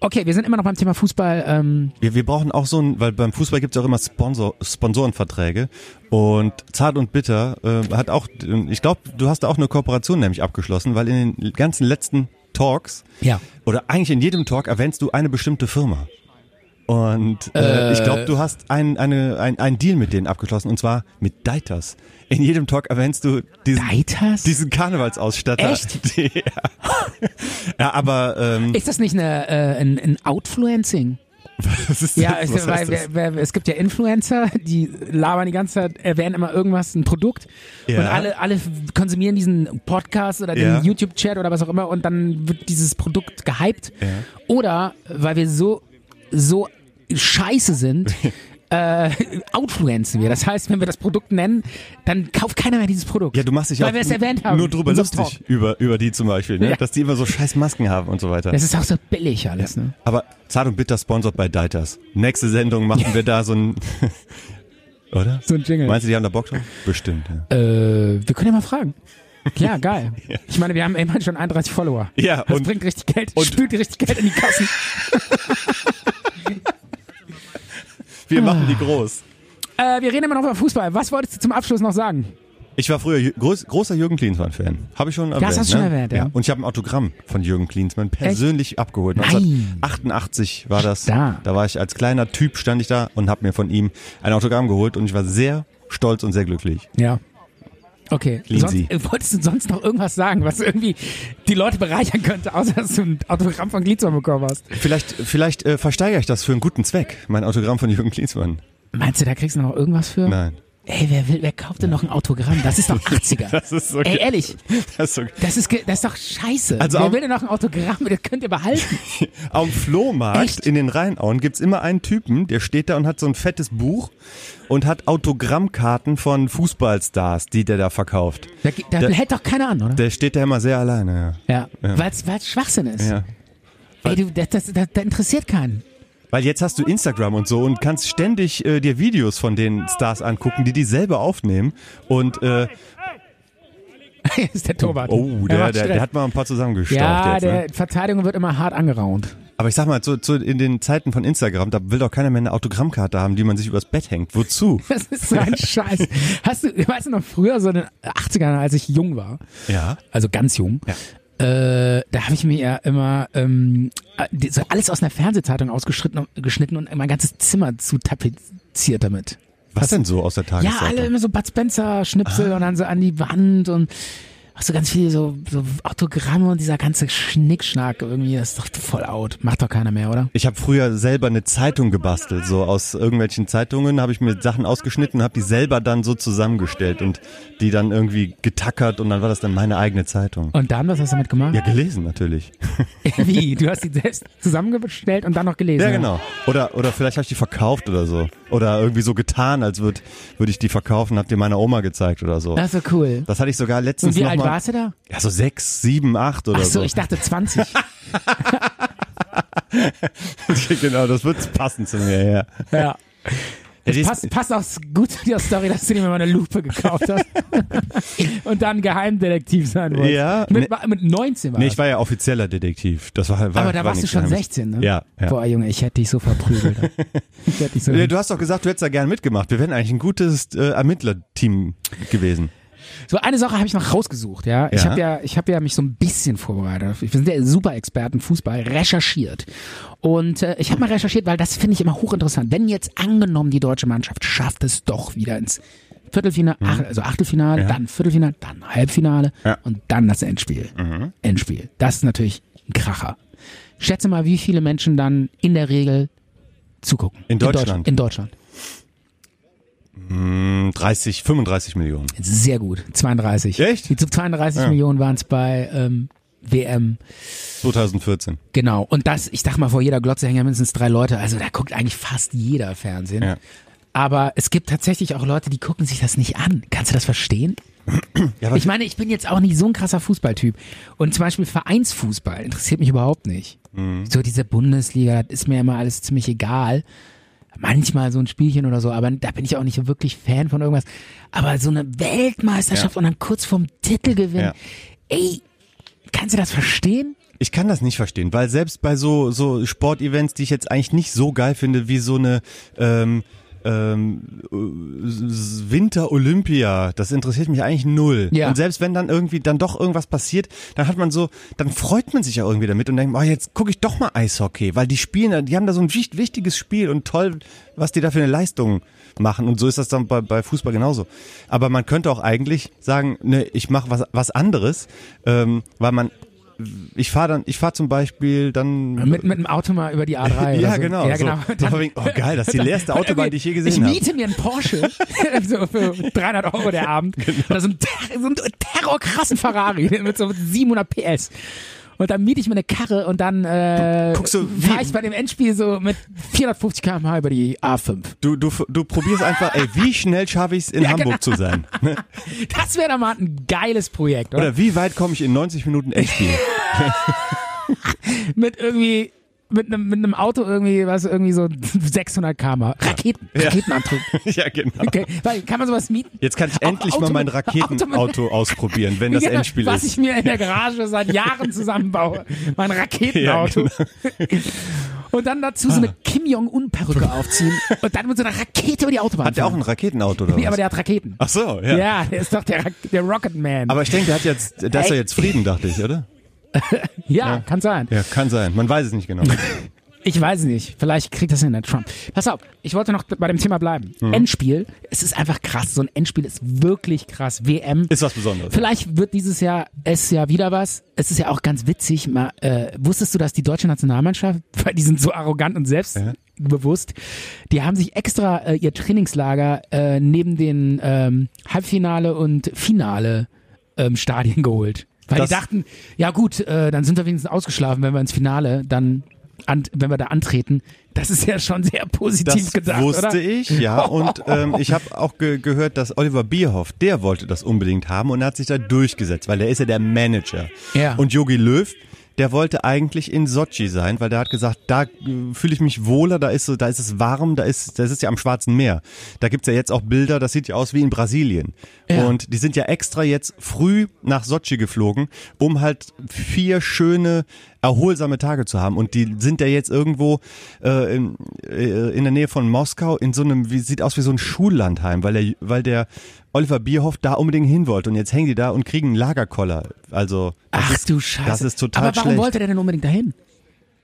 [SPEAKER 3] Okay, wir sind immer noch beim Thema Fußball. Ähm,
[SPEAKER 4] Wir, wir brauchen auch so ein, weil beim Fußball gibt's auch immer Sponsor, Sponsorenverträge und Zart und Bitter äh, hat auch, ich glaube, du hast da auch eine Kooperation nämlich abgeschlossen, weil in den ganzen letzten Talks
[SPEAKER 3] ja.
[SPEAKER 4] oder eigentlich in jedem Talk erwähnst du eine bestimmte Firma. Und äh, ich glaube, du hast einen eine, ein, ein Deal mit denen abgeschlossen und zwar mit Deiters. In jedem Talk erwähnst du diesen,
[SPEAKER 3] Deiters?
[SPEAKER 4] diesen Karnevalsausstatter.
[SPEAKER 3] Echt?
[SPEAKER 4] ja. ja, aber ähm,
[SPEAKER 3] Ist das nicht eine, äh, ein, ein Outfluencing?
[SPEAKER 4] das ist
[SPEAKER 3] Ja,
[SPEAKER 4] was
[SPEAKER 3] ich,
[SPEAKER 4] heißt
[SPEAKER 3] weil,
[SPEAKER 4] das?
[SPEAKER 3] wer, wer, es gibt ja Influencer, die labern die ganze Zeit, erwähnen immer irgendwas, ein Produkt.
[SPEAKER 4] Ja.
[SPEAKER 3] Und alle, alle konsumieren diesen Podcast oder den
[SPEAKER 4] Ja.
[SPEAKER 3] YouTube-Chat oder was auch immer und dann wird dieses Produkt gehypt. Oder weil wir so, so scheiße sind. Äh, outfluenzen wir. Das heißt, wenn wir das Produkt nennen, dann kauft keiner mehr dieses Produkt.
[SPEAKER 4] Ja, du machst dich
[SPEAKER 3] Weil
[SPEAKER 4] auch
[SPEAKER 3] wir es erwähnt haben.
[SPEAKER 4] nur drüber
[SPEAKER 3] Unser
[SPEAKER 4] lustig
[SPEAKER 3] Talk.
[SPEAKER 4] über, über die zum Beispiel, ne?
[SPEAKER 3] Ja.
[SPEAKER 4] dass die immer so scheiß Masken haben und so weiter.
[SPEAKER 3] Das ist auch so billig alles, ne?
[SPEAKER 4] Aber Zart und Bitter sponsert bei Deiters. Nächste Sendung machen wir da so ein, oder?
[SPEAKER 3] So ein Jingle.
[SPEAKER 4] Meinst du, die haben da Bock drauf? Bestimmt, ja.
[SPEAKER 3] Äh, wir können ja mal fragen. Ja, geil. Ich meine, wir haben immerhin schon 31 Follower.
[SPEAKER 4] Ja,
[SPEAKER 3] Das
[SPEAKER 4] und-
[SPEAKER 3] bringt richtig Geld,
[SPEAKER 4] und-
[SPEAKER 3] spült richtig Geld in die Kassen. ah.
[SPEAKER 4] Wir machen die groß.
[SPEAKER 3] äh, wir reden immer noch über Fußball. Was wolltest du zum Abschluss noch sagen?
[SPEAKER 4] Ich war früher Jü- groß, großer Jürgen Klinsmann-Fan. Habe ich schon erwähnt.
[SPEAKER 3] hast du
[SPEAKER 4] ne?
[SPEAKER 3] schon erwähnt, ja.
[SPEAKER 4] Und ich habe ein Autogramm von Jürgen Klinsmann persönlich abgeholt. 1988 war das.
[SPEAKER 3] Da.
[SPEAKER 4] da war ich als kleiner Typ, stand ich da und habe mir von ihm ein Autogramm geholt und ich war sehr stolz und sehr glücklich.
[SPEAKER 3] Ja. Okay.
[SPEAKER 4] Clean
[SPEAKER 3] sonst,
[SPEAKER 4] Sie.
[SPEAKER 3] äh, wolltest du sonst noch irgendwas sagen, was irgendwie die Leute bereichern könnte, außer dass du ein Autogramm von Glitzmann bekommen hast?
[SPEAKER 4] Vielleicht, vielleicht äh, versteigere ich das für einen guten Zweck. Mein Autogramm von Jürgen Klinsmann.
[SPEAKER 3] Meinst du, da kriegst du noch irgendwas für?
[SPEAKER 4] Nein.
[SPEAKER 3] Ey, wer, will, wer kauft denn noch ein Autogramm? Das ist doch 80er.
[SPEAKER 4] Das ist so
[SPEAKER 3] Ey,
[SPEAKER 4] geil.
[SPEAKER 3] ehrlich,
[SPEAKER 4] Das ist so,
[SPEAKER 3] das ist, ge- das ist doch scheiße.
[SPEAKER 4] Also
[SPEAKER 3] wer
[SPEAKER 4] auch-
[SPEAKER 3] will denn noch ein Autogramm? Das könnt ihr behalten.
[SPEAKER 4] Am Flohmarkt
[SPEAKER 3] Echt?
[SPEAKER 4] in den Rheinauen gibt's immer einen Typen, der steht da und hat so ein fettes Buch und hat Autogrammkarten von Fußballstars, die der da verkauft.
[SPEAKER 3] Da, da
[SPEAKER 4] Der-
[SPEAKER 3] hält doch keiner an, oder?
[SPEAKER 4] Der steht da immer sehr alleine,
[SPEAKER 3] Ja,
[SPEAKER 4] Ja.
[SPEAKER 3] weil es Schwachsinn ist.
[SPEAKER 4] ja. ja.
[SPEAKER 3] Ey, du, das, das, das, das interessiert keinen.
[SPEAKER 4] Weil jetzt hast du Instagram und so und kannst ständig äh, dir Videos von den Stars angucken, die die selber aufnehmen. Und äh,
[SPEAKER 3] Hier ist der Torwart.
[SPEAKER 4] oh,
[SPEAKER 3] Er
[SPEAKER 4] der,
[SPEAKER 3] macht
[SPEAKER 4] der,
[SPEAKER 3] Stress.
[SPEAKER 4] der hat mal ein paar zusammengestaucht
[SPEAKER 3] ja,
[SPEAKER 4] jetzt.
[SPEAKER 3] der
[SPEAKER 4] Ne?
[SPEAKER 3] Verteidigung wird immer hart angeraunt.
[SPEAKER 4] Aber ich sag mal, zu, zu, in den Zeiten von Instagram, da will doch keiner mehr eine Autogrammkarte haben, die man sich übers Bett hängt. Wozu?
[SPEAKER 3] Das ist so ein Scheiß. Hast du, weißt du noch früher, so in den 80ern, als ich jung war,
[SPEAKER 4] Ja.
[SPEAKER 3] also ganz jung, äh, da habe ich mir ja immer ähm, die- so alles aus einer Fernsehzeitung ausgeschnitten geschnitten und mein ganzes Zimmer zu tapeziert damit.
[SPEAKER 4] Was denn so aus der
[SPEAKER 3] Ja,
[SPEAKER 4] Tageszeitung?
[SPEAKER 3] alle immer so Bud Spencer
[SPEAKER 4] Ah.
[SPEAKER 3] Schnipsel und dann so an die Wand und ach so ganz viele so, so Autogramme und dieser ganze Schnickschnack irgendwie, das ist doch voll out. Macht doch keiner mehr, oder?
[SPEAKER 4] Ich habe früher selber eine Zeitung gebastelt, so aus irgendwelchen Zeitungen habe ich mir Sachen ausgeschnitten, habe die selber dann so zusammengestellt und die dann irgendwie getackert und dann war das dann meine eigene Zeitung.
[SPEAKER 3] Und dann, was hast du damit gemacht?
[SPEAKER 4] Ja, gelesen natürlich.
[SPEAKER 3] Wie? Du hast die selbst zusammengestellt und dann noch gelesen.
[SPEAKER 4] Ja, genau. Oder oder vielleicht habe ich die verkauft oder so oder irgendwie so getan, als würde würde ich die verkaufen, habe die meiner Oma gezeigt oder so.
[SPEAKER 3] Das ist so cool.
[SPEAKER 4] Das hatte ich sogar letztens
[SPEAKER 3] Und wie
[SPEAKER 4] noch
[SPEAKER 3] alt
[SPEAKER 4] mal.
[SPEAKER 3] warst du da?
[SPEAKER 4] Ja, so sechs, sieben, acht oder
[SPEAKER 3] Ach so,
[SPEAKER 4] so.
[SPEAKER 3] ich dachte 20.
[SPEAKER 4] genau, das wird passend zu mir. Ja.
[SPEAKER 3] ja.
[SPEAKER 4] Ja, die ist-
[SPEAKER 3] Passt, passt auch gut zu der Story, dass du dir mal eine Lupe gekauft hast und dann Geheimdetektiv sein wolltest.
[SPEAKER 4] Ja,
[SPEAKER 3] Mit, mit 19 war
[SPEAKER 4] Nee,
[SPEAKER 3] das.
[SPEAKER 4] ich war ja offizieller Detektiv. Das war, war
[SPEAKER 3] Aber da
[SPEAKER 4] war
[SPEAKER 3] warst du
[SPEAKER 4] nichts
[SPEAKER 3] schon
[SPEAKER 4] Geheimes.
[SPEAKER 3] 16, ne?
[SPEAKER 4] Ja, ja.
[SPEAKER 3] Boah, Junge, ich hätte dich so verprügelt. ich hätte dich so.
[SPEAKER 4] Ja, du hast doch gesagt, du hättest da gern mitgemacht. Wir wären eigentlich ein gutes äh, Ermittlerteam gewesen.
[SPEAKER 3] So eine Sache habe ich noch rausgesucht, ja. Ich
[SPEAKER 4] Ja.
[SPEAKER 3] habe ja, ich habe ja mich so ein bisschen vorbereitet. Wir sind ja super Experten Fußball, recherchiert. Und äh, ich habe mal recherchiert, weil das finde ich immer hochinteressant. Wenn jetzt angenommen die deutsche Mannschaft schafft es doch wieder ins Viertelfinale, ach, also Achtelfinale, dann Viertelfinale, dann Halbfinale
[SPEAKER 4] Mhm. Ja. Mhm.
[SPEAKER 3] und dann das Endspiel. Endspiel. Das ist natürlich ein Kracher. Schätze mal, wie viele Menschen dann in der Regel zugucken.
[SPEAKER 4] In Deutschland?
[SPEAKER 3] In Deutschland.
[SPEAKER 4] Hm, 30, 35 Millionen.
[SPEAKER 3] Sehr gut. 32.
[SPEAKER 4] Echt?
[SPEAKER 3] Die 32
[SPEAKER 4] Ja.
[SPEAKER 3] Millionen waren es bei ähm, WM.
[SPEAKER 4] 2014.
[SPEAKER 3] Genau. Und das, ich dachte mal, vor jeder Glotze hängen ja mindestens drei Leute. Also da guckt eigentlich fast jeder Fernsehen.
[SPEAKER 4] Ja.
[SPEAKER 3] Aber es gibt tatsächlich auch Leute, die gucken sich das nicht an. Kannst du das verstehen?
[SPEAKER 4] Ja, aber
[SPEAKER 3] Ich meine, ich bin jetzt auch nicht so ein krasser Fußballtyp. Und zum Beispiel Vereinsfußball interessiert mich überhaupt nicht.
[SPEAKER 4] Mhm.
[SPEAKER 3] So diese Bundesliga, das ist mir immer alles ziemlich egal. Manchmal so ein Spielchen oder so, aber da bin ich auch nicht wirklich Fan von irgendwas. Aber so eine Weltmeisterschaft
[SPEAKER 4] Ja.
[SPEAKER 3] und dann kurz vorm Titelgewinn,
[SPEAKER 4] Ja.
[SPEAKER 3] ey, kannst du das verstehen?
[SPEAKER 4] ich kann das nicht verstehen, weil selbst bei so, so Sportevents, die ich jetzt eigentlich nicht so geil finde, wie so eine ähm, ähm, äh, Winter-Olympia, das interessiert mich eigentlich null.
[SPEAKER 3] Ja.
[SPEAKER 4] Und selbst wenn dann irgendwie dann doch irgendwas passiert, dann hat man so, dann freut man sich ja irgendwie damit und denkt, oh, jetzt gucke ich doch mal Eishockey, weil die spielen, da- die haben da so ein wicht- wichtiges Spiel und toll, was die da für eine Leistung machen. Und so ist das dann bei, bei Fußball genauso. Aber man könnte auch eigentlich sagen, ne, ich mache was, was anderes, ähm, weil man ich fahre dann, ich fahre zum Beispiel dann.
[SPEAKER 3] Mit, mit dem Auto mal über die A3. oder
[SPEAKER 4] ja,
[SPEAKER 3] so.
[SPEAKER 4] genau.
[SPEAKER 3] Ja, genau.
[SPEAKER 4] So, so von wegen, oh geil, das ist die leerste Autobahn, die ich je
[SPEAKER 3] Ich
[SPEAKER 4] gesehen habe.
[SPEAKER 3] miete mir einen Porsche so für 300 Euro der Abend.
[SPEAKER 4] Genau.
[SPEAKER 3] Oder so einen, ter so einen terrorkrassen Ferrari mit so 700 PS. Und dann miete ich mir eine Karre und dann äh,
[SPEAKER 4] Guckst du, wie-
[SPEAKER 3] fahre ich bei dem Endspiel so mit 450 km/h über die A5.
[SPEAKER 4] Du, du, du probierst einfach, ey, wie schnell schaffe ich es, in Hamburg
[SPEAKER 3] genau.
[SPEAKER 4] zu sein? Ne?
[SPEAKER 3] Das wäre doch mal ein geiles Projekt, oder?
[SPEAKER 4] Oder wie weit komme ich in 90 Minuten Endspiel?
[SPEAKER 3] Mit irgendwie mit einem mit einem Auto irgendwie was irgendwie so 600 km/h. Raketen, Raketenantrieb.
[SPEAKER 4] ja, genau.
[SPEAKER 3] Okay, weil kann man sowas mieten?
[SPEAKER 4] Jetzt kann ich
[SPEAKER 3] Au-
[SPEAKER 4] endlich
[SPEAKER 3] Auto
[SPEAKER 4] mal mein
[SPEAKER 3] mit- Auto
[SPEAKER 4] Raketenauto ausprobieren, wenn um das
[SPEAKER 3] Ja,
[SPEAKER 4] Endspiel
[SPEAKER 3] was
[SPEAKER 4] ist.
[SPEAKER 3] ich mir in der Garage seit Jahren zusammenbaue. Mein Raketenauto.
[SPEAKER 4] Ja, genau. Ah.
[SPEAKER 3] Und dann dazu so eine Kim Jong-un-Perücke aufziehen und dann mit so einer Rakete über die Autobahn
[SPEAKER 4] Hat der auch
[SPEAKER 3] fahren.
[SPEAKER 4] ein Raketenauto oder
[SPEAKER 3] Nee, aber
[SPEAKER 4] was?
[SPEAKER 3] der hat Raketen.
[SPEAKER 4] Ach so, ja.
[SPEAKER 3] Ja, der ist doch der, Ra der Rocketman.
[SPEAKER 4] Aber ich denke, der hat jetzt, der ist
[SPEAKER 3] Ey.
[SPEAKER 4] ja jetzt Frieden, dachte ich, oder?
[SPEAKER 3] ja, kann sein.
[SPEAKER 4] Ja, kann sein. Man weiß es nicht genau.
[SPEAKER 3] Ich weiß nicht. Vielleicht kriegt das hin, der Trump. Pass auf, ich wollte noch bei dem Thema bleiben.
[SPEAKER 4] Mhm.
[SPEAKER 3] Endspiel, es ist einfach krass. So ein Endspiel ist wirklich krass. WM.
[SPEAKER 4] Ist was Besonderes.
[SPEAKER 3] Vielleicht wird dieses Jahr es ja wieder was. Es ist ja auch ganz witzig. Mal, äh, wusstest du, dass die deutsche Nationalmannschaft, weil die sind so arrogant und selbstbewusst, die haben sich extra äh, ihr Trainingslager äh, neben den ähm, Halbfinale und Finale ähm, Stadien geholt. Weil
[SPEAKER 4] Das-
[SPEAKER 3] die dachten, ja gut, äh, dann sind wir wenigstens ausgeschlafen, wenn wir ins Finale dann, an, wenn wir da antreten. Das ist ja schon sehr positiv
[SPEAKER 4] Das
[SPEAKER 3] gedacht,
[SPEAKER 4] wusste
[SPEAKER 3] oder?
[SPEAKER 4] ich, ja. Und ähm, ich habe auch ge gehört, dass Oliver Bierhoff, der wollte das unbedingt haben und hat sich da durchgesetzt, weil der ist ja der Manager.
[SPEAKER 3] Ja.
[SPEAKER 4] Und Yogi Löw, der wollte eigentlich in Sochi sein, weil der hat gesagt, da äh, fühle ich mich wohler, da ist so, da ist es warm, da ist, das ist ja am Schwarzen Meer. Da gibt's ja jetzt auch Bilder, das sieht ja aus wie in Brasilien. Und die sind ja extra jetzt früh nach Sochi geflogen, um halt vier schöne, erholsame Tage zu haben. Und die sind ja jetzt irgendwo äh, in, äh, in der Nähe von Moskau in so einem, wie sieht aus wie so ein Schullandheim, weil der, weil der Oliver Bierhoff da unbedingt hin wollte. Und jetzt hängen die da und kriegen einen Lagerkoller. Also das
[SPEAKER 3] Ach
[SPEAKER 4] ist,
[SPEAKER 3] du Scheiße.
[SPEAKER 4] Das ist total
[SPEAKER 3] Aber warum
[SPEAKER 4] schlecht.
[SPEAKER 3] wollte der denn unbedingt dahin?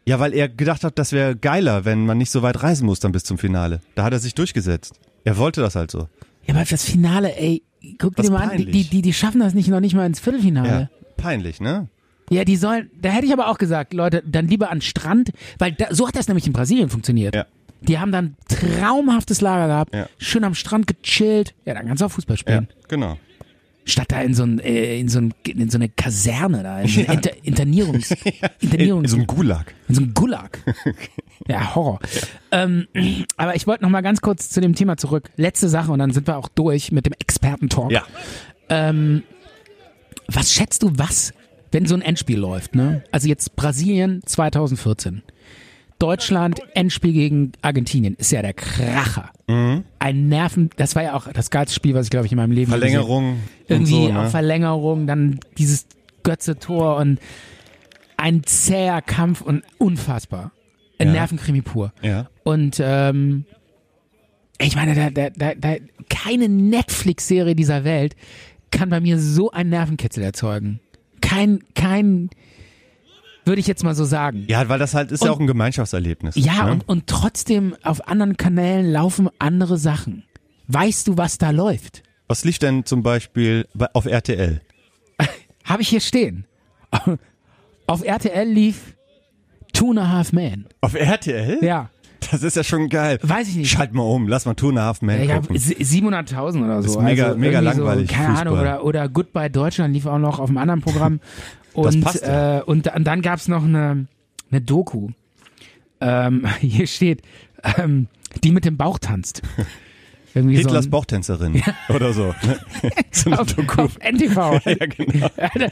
[SPEAKER 4] Ja, weil er gedacht hat, das wäre geiler, wenn man nicht so weit reisen muss dann bis zum Finale. Da hat er sich durchgesetzt. Er wollte das halt so.
[SPEAKER 3] Ja, aber das Finale, ey, guck dir
[SPEAKER 4] Das
[SPEAKER 3] die mal
[SPEAKER 4] ist
[SPEAKER 3] an, die, die,
[SPEAKER 4] peinlich.
[SPEAKER 3] die- die schaffen das nicht noch nicht mal ins
[SPEAKER 4] Ja.
[SPEAKER 3] Viertelfinale.
[SPEAKER 4] Peinlich, ne?
[SPEAKER 3] Ja. die sollen, da hätte ich aber auch gesagt, Leute, dann lieber an den Strand, weil da, so hat das nämlich in Brasilien funktioniert.
[SPEAKER 4] Ja.
[SPEAKER 3] Die haben dann traumhaftes Lager gehabt,
[SPEAKER 4] Ja.
[SPEAKER 3] schön am Strand gechillt. Ja, dann kannst du auch Fußball
[SPEAKER 4] Ja,
[SPEAKER 3] spielen.
[SPEAKER 4] genau.
[SPEAKER 3] Statt da in so, ein, äh, in, so ein, in so eine Kaserne da, in so eine Inter Internierungs... Internierungs
[SPEAKER 4] In so einem Gulag.
[SPEAKER 3] in so einem Gulag. Ja, Horror. Ähm, aber ich wollte noch mal ganz kurz zu dem Thema zurück. Letzte Sache und dann sind wir auch durch mit dem Experten-Talk.
[SPEAKER 4] Ja.
[SPEAKER 3] Was schätzt du, was, wenn so ein Endspiel läuft? Ne? Also jetzt Brasilien 2014. Deutschland, Endspiel gegen Argentinien. Ist ja der Kracher.
[SPEAKER 4] Mhm.
[SPEAKER 3] Ein Nerven... Das war ja auch das geilste Spiel, was ich, glaube ich, in meinem Leben gesehen habe.
[SPEAKER 4] Verlängerung.
[SPEAKER 3] irgendwie
[SPEAKER 4] und so,
[SPEAKER 3] auf
[SPEAKER 4] ne?
[SPEAKER 3] Verlängerung, dann dieses Götze-Tor und ein zäher Kampf und unfassbar. Ein
[SPEAKER 4] Ja.
[SPEAKER 3] Nervenkrimi pur.
[SPEAKER 4] Ja.
[SPEAKER 3] Und ähm, ich meine, da, da, da, da, keine Netflix-Serie dieser Welt kann bei mir so einen Nervenkitzel erzeugen. Kein, kein, würde ich jetzt mal so sagen.
[SPEAKER 4] Ja, weil das halt ist ja
[SPEAKER 3] Und-
[SPEAKER 4] auch ein Gemeinschaftserlebnis.
[SPEAKER 3] Ja,
[SPEAKER 4] ne?
[SPEAKER 3] und, und trotzdem auf anderen Kanälen laufen andere Sachen. Weißt du, was da läuft?
[SPEAKER 4] Was lief denn zum Beispiel bei, auf RTL?
[SPEAKER 3] Habe ich hier stehen. Auf RTL lief Two and a Half Man.
[SPEAKER 4] Auf RTL?
[SPEAKER 3] Ja,
[SPEAKER 4] Das ist ja schon geil.
[SPEAKER 3] Weiß ich nicht.
[SPEAKER 4] Schalt mal um, lass mal Two and a Half Men
[SPEAKER 3] ich hab
[SPEAKER 4] gucken.
[SPEAKER 3] sie- 700.000 oder so.
[SPEAKER 4] Ist mega-
[SPEAKER 3] also
[SPEAKER 4] mega
[SPEAKER 3] irgendwie
[SPEAKER 4] langweilig,
[SPEAKER 3] So, keine
[SPEAKER 4] Fußball.
[SPEAKER 3] Ahnung, oder, oder Goodbye Deutschland lief auch noch auf einem anderen Programm. Und,
[SPEAKER 4] passt ja.
[SPEAKER 3] äh, und, und dann gab's noch eine, eine Doku. Ähm, hier steht, ähm, die mit dem Bauch tanzt. Irgendwie
[SPEAKER 4] Hitlers
[SPEAKER 3] so ein,
[SPEAKER 4] Bauchtänzerin oder so. ne? so eine
[SPEAKER 3] auf,
[SPEAKER 4] Doku.
[SPEAKER 3] auf NTV.
[SPEAKER 4] Ja, genau.
[SPEAKER 3] Alter,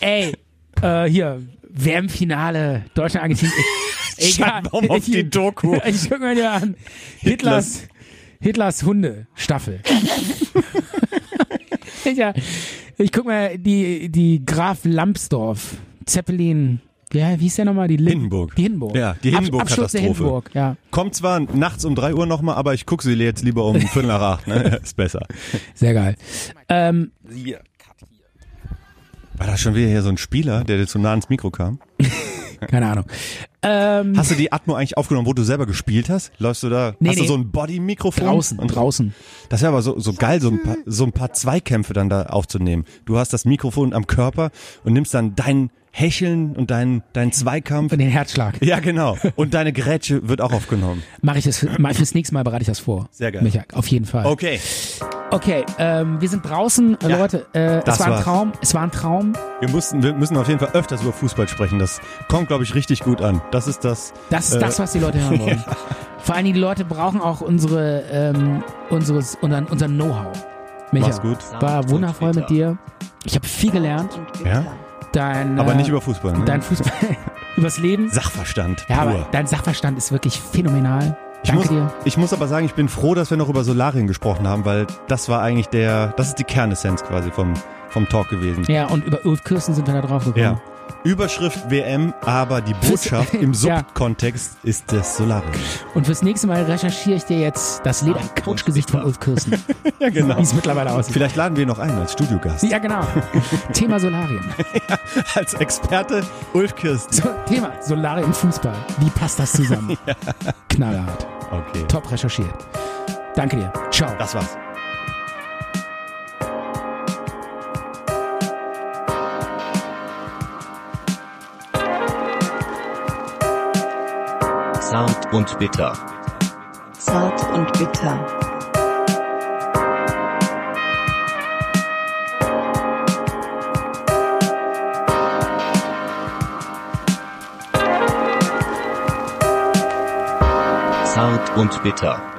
[SPEAKER 3] Ey, äh, hier, WM-Finale, Deutschland-Argentinien. e- Egal.
[SPEAKER 4] Schalt mal um auf die Doku.
[SPEAKER 3] Ich guck mir dir an. Hitlers, Hitlers Hunde-Staffel. ja, ich guck mal die, die Graf Lambsdorff, Zeppelin. Ja, wie hieß der nochmal? Die Lin-
[SPEAKER 4] Hindenburg.
[SPEAKER 3] Die Hindenburg.
[SPEAKER 4] Ja, die
[SPEAKER 3] Ab-
[SPEAKER 4] Hindenburg-Katastrophe.
[SPEAKER 3] Absturz der Hindenburg, ja.
[SPEAKER 4] Kommt zwar nachts um 3 Uhr nochmal, aber ich gucke sie jetzt lieber um Viertel nach acht. Ne? Ist besser.
[SPEAKER 3] Sehr geil. Ähm,
[SPEAKER 4] War das schon wieder hier so ein Spieler, der dir zu nah ans Mikro kam?
[SPEAKER 3] keine Ahnung. Ähm,
[SPEAKER 4] Hast du die Atmo eigentlich aufgenommen, wo du selber gespielt hast? Läufst du da?
[SPEAKER 3] Nee,
[SPEAKER 4] hast du
[SPEAKER 3] nee.
[SPEAKER 4] so ein Body-Mikrofon?
[SPEAKER 3] draußen,
[SPEAKER 4] Und
[SPEAKER 3] draußen.
[SPEAKER 4] Das wäre aber so, so geil, so ein, paar, so ein paar Zweikämpfe dann da aufzunehmen. Du hast das Mikrofon am Körper und nimmst dann dein Hecheln und deinen dein Zweikampf.
[SPEAKER 3] Und den Herzschlag.
[SPEAKER 4] Ja, genau. Und deine Grätsche wird auch aufgenommen.
[SPEAKER 3] Mache ich das mach ich fürs nächste Mal bereite ich das vor.
[SPEAKER 4] Sehr geil.
[SPEAKER 3] Micha, auf jeden Fall.
[SPEAKER 4] Okay.
[SPEAKER 3] Okay, ähm, wir sind draußen, Äh,
[SPEAKER 4] Ja,
[SPEAKER 3] Leute. Äh, es
[SPEAKER 4] das
[SPEAKER 3] war ein
[SPEAKER 4] war's.
[SPEAKER 3] Traum. Es war ein Traum.
[SPEAKER 4] Wir, mussten, wir müssen auf jeden Fall öfters über Fußball sprechen. Das kommt, glaube ich, richtig gut an. Das ist das.
[SPEAKER 3] Das ist
[SPEAKER 4] Äh,
[SPEAKER 3] das, was die Leute hören wollen. Vor allen Dingen die Leute brauchen auch unsere, ähm, unseres, unseren, unseren Know-how. Micha,
[SPEAKER 4] Mach's gut.
[SPEAKER 3] war wundervoll mit dir. Ich habe viel gelernt.
[SPEAKER 4] Ja?
[SPEAKER 3] Dein,
[SPEAKER 4] Aber
[SPEAKER 3] äh,
[SPEAKER 4] nicht über Fußball. Ne?
[SPEAKER 3] dein Fußball, übers Leben.
[SPEAKER 4] Sachverstand.
[SPEAKER 3] Ja,
[SPEAKER 4] pur.
[SPEAKER 3] aber dein Sachverstand ist wirklich phänomenal.
[SPEAKER 4] Ich
[SPEAKER 3] Danke
[SPEAKER 4] muss,
[SPEAKER 3] dir.
[SPEAKER 4] ich muss aber sagen, ich bin froh, dass wir noch über Solarien gesprochen haben, weil das war eigentlich der, das ist die Kernessenz quasi vom, vom Talk gewesen.
[SPEAKER 3] Ja, und über Ulf Kirsten sind wir da drauf gekommen.
[SPEAKER 4] Ja. Überschrift WM, aber die Botschaft im
[SPEAKER 3] Ja.
[SPEAKER 4] Subkontext ist das Solarium.
[SPEAKER 3] Und fürs nächste Mal recherchiere ich dir jetzt das Leder-Couchgesicht von Ulf Kirsten.
[SPEAKER 4] Ja,
[SPEAKER 3] Wie es mittlerweile aussieht.
[SPEAKER 4] Vielleicht laden wir ihn noch ein als Studiogast.
[SPEAKER 3] Ja, genau. Thema Solarien.
[SPEAKER 4] Als Experte Ulf Kirsten.
[SPEAKER 3] So, Thema Solarium Fußball. Wie passt das zusammen? Knallhart.
[SPEAKER 4] Okay.
[SPEAKER 3] Top recherchiert. Danke dir. Ciao.
[SPEAKER 4] Das war's.
[SPEAKER 1] Zart und bitter.
[SPEAKER 5] Zart und bitter.
[SPEAKER 1] Zart und bitter.